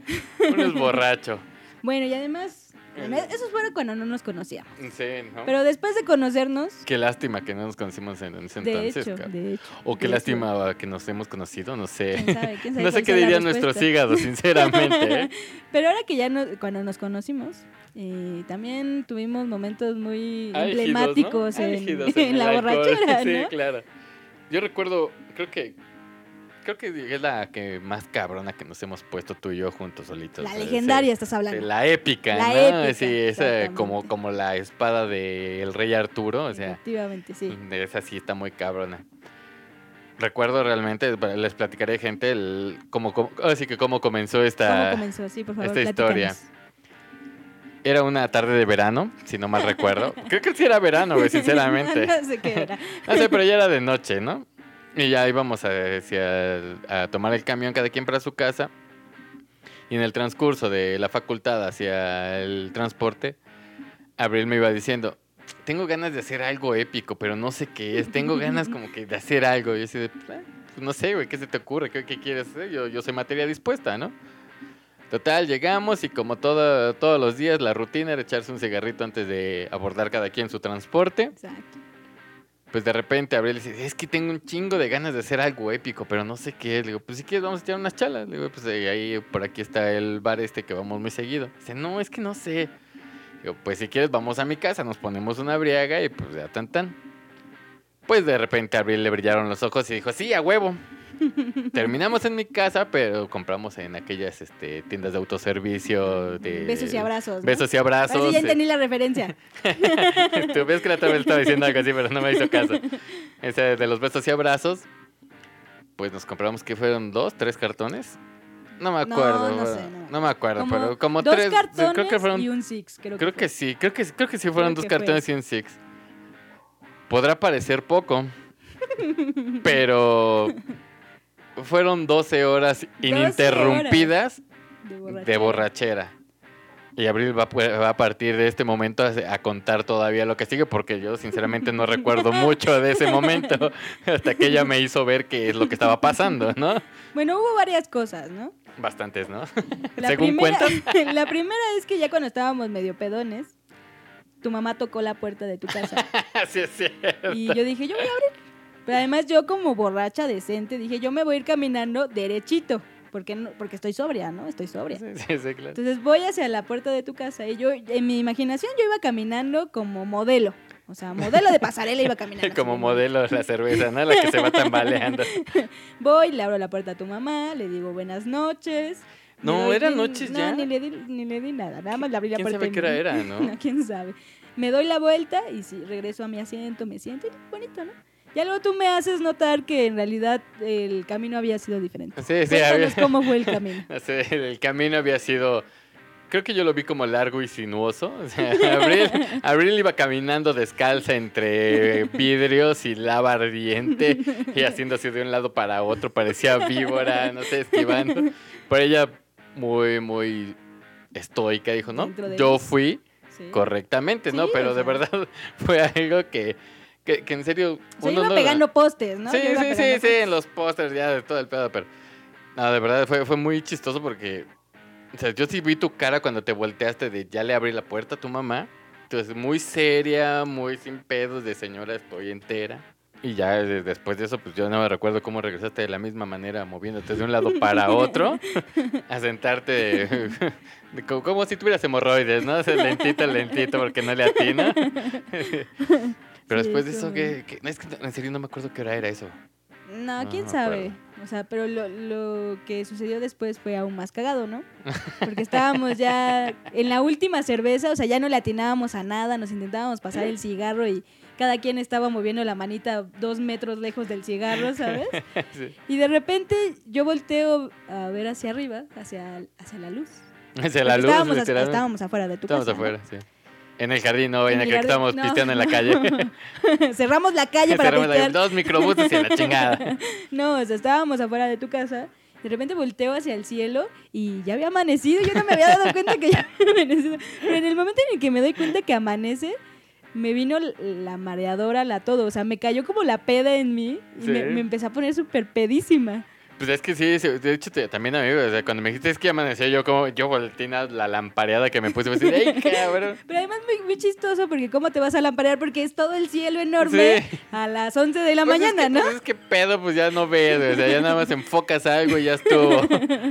Speaker 1: uno es borracho.
Speaker 2: Bueno, y además, bueno, eso fue cuando no nos conocíamos.
Speaker 1: Sí, ¿no?
Speaker 2: Pero después de conocernos,
Speaker 1: Qué lástima que no nos conocimos en ese
Speaker 2: de
Speaker 1: entonces.
Speaker 2: hecho,
Speaker 1: cabrón.
Speaker 2: de hecho.
Speaker 1: O qué
Speaker 2: de hecho.
Speaker 1: lástima ah, que nos hemos conocido, no sé.
Speaker 2: ¿Quién sabe? ¿Quién sabe
Speaker 1: No sé qué
Speaker 2: cuál sea la
Speaker 1: dirían nuestros
Speaker 2: respuesta?
Speaker 1: hígados, sinceramente. ¿eh?
Speaker 2: Pero ahora que ya no- cuando nos conocimos, eh, también tuvimos momentos muy
Speaker 1: Álgidos, ¿no?
Speaker 2: emblemáticos en,
Speaker 1: Álgidos
Speaker 2: en
Speaker 1: el
Speaker 2: la
Speaker 1: alcohol.
Speaker 2: borrachera,
Speaker 1: Sí,
Speaker 2: ¿no?
Speaker 1: claro. Yo recuerdo, creo que creo que es la que más cabrona que nos hemos puesto tú y yo juntos solitos.
Speaker 2: La
Speaker 1: o sea,
Speaker 2: legendaria
Speaker 1: sí.
Speaker 2: estás
Speaker 1: Sí,
Speaker 2: hablando.
Speaker 1: La épica,
Speaker 2: La
Speaker 1: ¿no?
Speaker 2: épica,
Speaker 1: sí, esa
Speaker 2: exactamente.
Speaker 1: como, como la espada del rey Arturo, o sea,
Speaker 2: Efectivamente, sí.
Speaker 1: esa sí está muy cabrona. Recuerdo realmente, les platicaré gente, el, cómo, cómo- así que cómo comenzó
Speaker 2: ¿Cómo
Speaker 1: esta,
Speaker 2: comenzó? Sí, por favor,
Speaker 1: esta historia.
Speaker 2: platícanos.
Speaker 1: Era una tarde de verano, si no mal recuerdo. Creo que sí era verano, güey, Pues, sinceramente.
Speaker 2: no sé qué era.
Speaker 1: No sé, pero ya era de noche, ¿no? Y ya íbamos a, hacia el- a tomar el camión cada quien para su casa. Y en el transcurso de la facultad hacia el transporte, Abril me iba diciendo, tengo ganas de hacer algo épico, pero no sé qué es. Tengo ganas como que de hacer algo. Y yo así de, "Ah, pues no sé, güey, ¿qué se te ocurre? ¿Qué, qué quieres hacer? Yo, yo soy materia dispuesta, ¿no? Total, llegamos y como todo, todos los días, la rutina era echarse un cigarrito antes de abordar cada quien su transporte.
Speaker 2: Exacto.
Speaker 1: Pues de repente Abril dice, es que tengo un chingo de ganas de hacer algo épico, pero no sé qué es. Le digo, pues si quieres vamos a tirar unas chalas. Le digo, pues eh, ahí por aquí está el bar este que vamos muy seguido. Dice, no, es que no sé. Le digo, pues si quieres vamos a mi casa, nos ponemos una briaga y pues ya tan tan. Pues de repente a Abril le brillaron los ojos y dijo, sí, a huevo. Terminamos en mi casa, pero compramos en aquellas este, tiendas de autoservicio. Pues, De...
Speaker 2: Besos y abrazos. ¿no?
Speaker 1: Besos y
Speaker 2: Ahora
Speaker 1: abrazos.
Speaker 2: sí ya
Speaker 1: eh,
Speaker 2: entendí la referencia.
Speaker 1: Tú Este, ves que la otra vez estaba diciendo algo así, pero no me hizo caso. Ese de los besos y abrazos, pues nos compramos que fueron dos, tres cartones. No me
Speaker 2: No,
Speaker 1: acuerdo.
Speaker 2: no sé,
Speaker 1: bueno,
Speaker 2: no.
Speaker 1: me acuerdo, pero como
Speaker 2: dos
Speaker 1: tres.
Speaker 2: cartones
Speaker 1: creo que fueron.
Speaker 2: y un six, creo,
Speaker 1: creo
Speaker 2: que,
Speaker 1: que sí, creo que, creo que sí fueron dos
Speaker 2: Creo que fue
Speaker 1: cartones y un six. Podrá parecer poco, pero fueron 12 horas ininterrumpidas
Speaker 2: fue. De
Speaker 1: de borrachera. Y Abril va, a pu- va a partir de este momento a, a contar todavía lo que sigue, porque yo sinceramente no recuerdo mucho de ese momento, hasta que ella me hizo ver qué es lo que estaba pasando, ¿no?
Speaker 2: Bueno, hubo varias cosas, ¿no?
Speaker 1: Bastantes, ¿no?
Speaker 2: La
Speaker 1: Según
Speaker 2: primera,
Speaker 1: cuentas.
Speaker 2: La primera es que ya cuando estábamos medio pedones, tu mamá tocó la puerta de tu casa.
Speaker 1: Así es cierto.
Speaker 2: Y yo dije, yo voy a abrir. Pero además yo como borracha decente dije, yo me voy a ir caminando derechito, porque, no, porque estoy sobria, ¿no? Estoy sobria.
Speaker 1: Sí, sí, sí, claro.
Speaker 2: Entonces voy hacia la puerta de tu casa y yo, en mi imaginación, yo iba caminando como modelo. O sea, modelo de pasarela iba caminando. así
Speaker 1: Como modelo de la cerveza, ¿no? La que se va tambaleando.
Speaker 2: Voy, le abro la puerta a tu mamá, le digo buenas noches. le
Speaker 1: No,
Speaker 2: doy-
Speaker 1: eran
Speaker 2: ni-
Speaker 1: noches
Speaker 2: no,
Speaker 1: ya.
Speaker 2: Ni le, di, ni le di nada, nada más le abrí la
Speaker 1: ¿Quién
Speaker 2: puerta.
Speaker 1: sabe
Speaker 2: y
Speaker 1: qué
Speaker 2: me-
Speaker 1: hora era, no?
Speaker 2: ¿Quién sabe? Me doy la vuelta y sí, regreso a mi asiento, me siento y bonito, ¿no? Ya luego tú me haces notar que en realidad el camino había sido diferente.
Speaker 1: Sí, sí,
Speaker 2: Cuéntanos
Speaker 1: había-
Speaker 2: cómo fue el camino.
Speaker 1: Así, el camino había sido, creo que yo lo vi como largo y sinuoso. O sea, Abril, Abril iba caminando descalza entre vidrios y lava ardiente y haciéndose de un lado para otro, parecía víbora, no sé, esquivando. Pero ella muy, muy estoica dijo, no,
Speaker 2: Dentro de
Speaker 1: yo
Speaker 2: ella.
Speaker 1: fui
Speaker 2: Sí.
Speaker 1: correctamente, ¿no?
Speaker 2: Sí,
Speaker 1: Pero
Speaker 2: o
Speaker 1: de
Speaker 2: sea.
Speaker 1: verdad fue algo que, que, que en serio...
Speaker 2: O sea, yo
Speaker 1: uno
Speaker 2: iba
Speaker 1: no-
Speaker 2: pegando postes, ¿no?
Speaker 1: Sí,
Speaker 2: Yo iba
Speaker 1: sí, sí,
Speaker 2: pegando
Speaker 1: sí, en los pósters ya de todo el pedo, pero... No, de verdad fue, fue muy chistoso porque... O sea, yo sí vi tu cara cuando te volteaste de ya le abrí la puerta a tu mamá. Entonces, muy seria, muy sin pedos de señora estoy entera. Y ya de- después de eso, pues yo no me recuerdo cómo regresaste de la misma manera, moviéndote de un lado para otro, a sentarte de- de co- como si tuvieras hemorroides, ¿no? O sea, lentito, lentito, porque no le atina. Pero
Speaker 2: Sí,
Speaker 1: después de eso,
Speaker 2: estuvo
Speaker 1: que, es que en serio no me acuerdo qué hora era eso.
Speaker 2: No,
Speaker 1: No,
Speaker 2: quién
Speaker 1: no me
Speaker 2: sabe. O sea, pero lo, lo que sucedió después fue aún más cagado, ¿no? Porque estábamos ya en la última cerveza, o sea, ya no le atinábamos a nada, nos intentábamos pasar el cigarro y cada quien estaba moviendo la manita dos metros lejos del cigarro, ¿sabes?
Speaker 1: Sí.
Speaker 2: Y de repente yo volteo a ver hacia arriba, hacia, hacia la luz.
Speaker 1: Hacia la
Speaker 2: Porque
Speaker 1: luz,
Speaker 2: estábamos,
Speaker 1: literalmente.
Speaker 2: estábamos afuera de tu
Speaker 1: Estábamos
Speaker 2: casa. ¿no?
Speaker 1: afuera, sí. En el jardín, no, en,
Speaker 2: En
Speaker 1: el
Speaker 2: el
Speaker 1: que
Speaker 2: jardín,
Speaker 1: estábamos
Speaker 2: no.
Speaker 1: pisteando en la calle.
Speaker 2: Cerramos la calle para
Speaker 1: Cerramos la-
Speaker 2: pistear.
Speaker 1: Dos microbuses y la chingada.
Speaker 2: No, o sea, estábamos afuera de tu casa. De repente volteo hacia el cielo y ya había amanecido. Yo no me había dado cuenta que ya había amanecido. Pero en el momento en el que me doy cuenta que amanece, me vino l- la mareadora, la todo. O sea, me cayó como la peda en mí y
Speaker 1: Sí.
Speaker 2: me, me empecé a poner súper pedísima.
Speaker 1: Pues es que sí, sí, de hecho te- también a mí, o sea, cuando me dijiste es que amaneció yo como, yo volteé na- la lampareada que me puse, y ¡ay, cabrón!
Speaker 2: Pero además muy, muy chistoso porque cómo te vas a lamparear porque es todo el cielo enorme
Speaker 1: Sí.
Speaker 2: a las 11 de la
Speaker 1: Pues
Speaker 2: mañana,
Speaker 1: es que,
Speaker 2: ¿no?
Speaker 1: pues es que pedo, pues ya no ves, o sea, ya nada más enfocas algo y ya estuvo.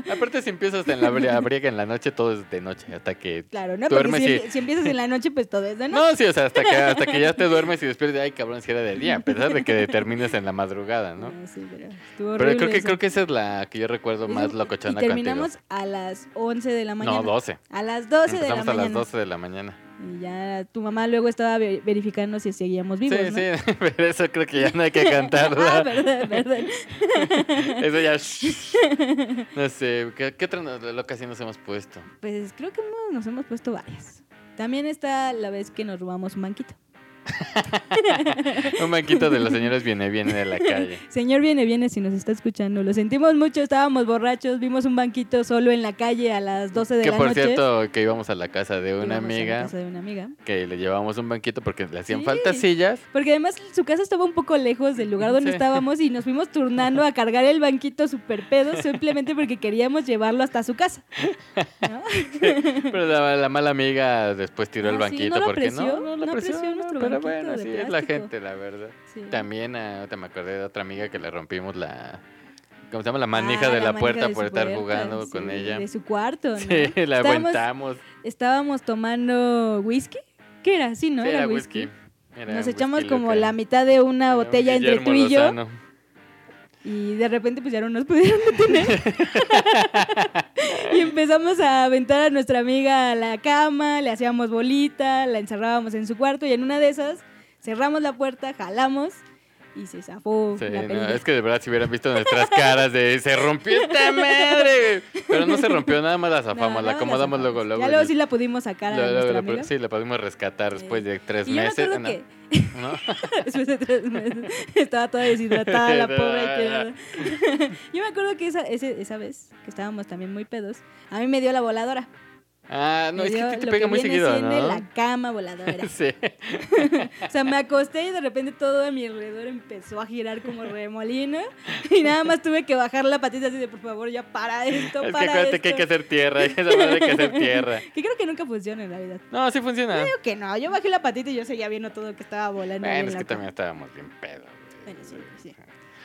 Speaker 1: Aparte si empiezas en la bri- a briga en la noche, todo es de noche, hasta que...
Speaker 2: Claro, ¿no?
Speaker 1: Duermes
Speaker 2: porque si,
Speaker 1: y-
Speaker 2: si empiezas en la noche, pues todo es de noche.
Speaker 1: No, sí, o sea, hasta que, hasta que ya te duermes y despiertas, ay, cabrón, si era del día, a pesar de que termines en la madrugada, ¿no?
Speaker 2: Ah, sí, pero estuvo
Speaker 1: Pero
Speaker 2: horrible
Speaker 1: creo que,
Speaker 2: eso.
Speaker 1: creo que esa es la que yo recuerdo más
Speaker 2: Eso-
Speaker 1: locochona
Speaker 2: Y terminamos a las 11 de la mañana.
Speaker 1: contigo. No, 12.
Speaker 2: A las 12 de la
Speaker 1: Empezamos a
Speaker 2: mañana.
Speaker 1: las 12 de la mañana.
Speaker 2: Y ya tu mamá luego estaba ve- verificando si seguíamos vivos,
Speaker 1: sí,
Speaker 2: ¿no?
Speaker 1: sí, pero eso creo que ya no hay que
Speaker 2: Ah,
Speaker 1: cantarla.
Speaker 2: perdón, perdón.
Speaker 1: eso ya... No sé, ¿qué, qué otra no- loca sí nos hemos puesto?
Speaker 2: Pues creo que hemos- nos hemos puesto varias. También está la vez que nos robamos un banquito.
Speaker 1: Un banquito de los señores viene, viene de la calle.
Speaker 2: Señor viene, viene si nos está escuchando. Lo sentimos mucho, estábamos borrachos, vimos un banquito solo en la calle a las 12 de
Speaker 1: Que
Speaker 2: la
Speaker 1: por
Speaker 2: noche.
Speaker 1: cierto, que íbamos a la casa de una
Speaker 2: Íbamos a la
Speaker 1: amiga,
Speaker 2: casa de una amiga.
Speaker 1: que le llevábamos un banquito porque le hacían
Speaker 2: Sí.
Speaker 1: falta sillas.
Speaker 2: Porque además su casa estaba un poco lejos del lugar donde
Speaker 1: Sí.
Speaker 2: estábamos y nos fuimos turnando a cargar el banquito super pedo simplemente porque queríamos llevarlo hasta su casa. ¿no?
Speaker 1: Pero la, la mala amiga después tiró
Speaker 2: Ah,
Speaker 1: el
Speaker 2: sí,
Speaker 1: banquito
Speaker 2: ¿no lo
Speaker 1: porque
Speaker 2: apreció?
Speaker 1: no, no lo
Speaker 2: No
Speaker 1: apreció,
Speaker 2: apreció
Speaker 1: no,
Speaker 2: nuestro
Speaker 1: pero
Speaker 2: banquito
Speaker 1: bueno,
Speaker 2: de
Speaker 1: sí, es la
Speaker 2: plástico.
Speaker 1: gente, la verdad.
Speaker 2: Sí.
Speaker 1: También ah, ahorita me acordé de otra amiga que le rompimos la ¿cómo se llama? la manija
Speaker 2: Ah,
Speaker 1: de la,
Speaker 2: manija
Speaker 1: puerta
Speaker 2: de
Speaker 1: por
Speaker 2: su
Speaker 1: estar
Speaker 2: puerta,
Speaker 1: jugando
Speaker 2: sí,
Speaker 1: con ella.
Speaker 2: De su cuarto, ¿no?
Speaker 1: Sí, la
Speaker 2: estábamos,
Speaker 1: aventamos.
Speaker 2: estábamos tomando whisky. ¿Qué era? Sí, ¿no?
Speaker 1: Sí,
Speaker 2: era,
Speaker 1: era
Speaker 2: whisky.
Speaker 1: whisky. Era
Speaker 2: Nos
Speaker 1: whisky
Speaker 2: echamos
Speaker 1: lo
Speaker 2: como
Speaker 1: que-
Speaker 2: la mitad de una
Speaker 1: era un
Speaker 2: botella entre tú
Speaker 1: Guillermo
Speaker 2: y yo
Speaker 1: Lozano.
Speaker 2: y de repente pues ya no nos pudieron detener. y empezamos a aventar a nuestra amiga a la cama, le hacíamos bolita, la encerrábamos en su cuarto y en una de esas cerramos la puerta, jalamos y se zafó
Speaker 1: Sí,
Speaker 2: la
Speaker 1: no,
Speaker 2: pelilla.
Speaker 1: es que de verdad si hubieran visto nuestras caras de se rompió esta madre. Pero no se rompió, nada más la
Speaker 2: No,
Speaker 1: zafamos, la
Speaker 2: nada,
Speaker 1: acomodamos luego,
Speaker 2: zafamos.
Speaker 1: luego.
Speaker 2: Ya
Speaker 1: y-
Speaker 2: luego sí la pudimos sacar a
Speaker 1: Lo- lo-
Speaker 2: nuestra
Speaker 1: lo-
Speaker 2: amiga.
Speaker 1: sí, la pudimos rescatar después de tres
Speaker 2: y yo me
Speaker 1: meses.
Speaker 2: acuerdo
Speaker 1: no,
Speaker 2: que
Speaker 1: ¿no?
Speaker 2: después de tres meses estaba toda deshidratada la pobre. y que- yo me acuerdo que esa, ese- esa vez que estábamos también muy pedos, a mí me dio la voladora.
Speaker 1: Ah, no,
Speaker 2: Me
Speaker 1: es que
Speaker 2: dio
Speaker 1: a ti te
Speaker 2: lo
Speaker 1: pega muy
Speaker 2: viene
Speaker 1: seguido,
Speaker 2: siendo
Speaker 1: ¿no?
Speaker 2: la cama voladora.
Speaker 1: Sí.
Speaker 2: O sea, me acosté y de repente todo a mi alrededor empezó a girar como remolino. Y nada más tuve que bajar la patita así de, por favor, ya para esto,
Speaker 1: Es que
Speaker 2: para
Speaker 1: acuérdate
Speaker 2: esto.
Speaker 1: que hay que hacer tierra, hay que saber hay que hacer tierra.
Speaker 2: Que creo que nunca funciona en realidad.
Speaker 1: No, sí funciona.
Speaker 2: Creo que no, yo bajé la patita y yo seguía viendo todo que estaba volando. ahí en
Speaker 1: Bueno, es
Speaker 2: la
Speaker 1: que
Speaker 2: cama.
Speaker 1: también estábamos bien pedos. güey.
Speaker 2: Bueno, sí, sí.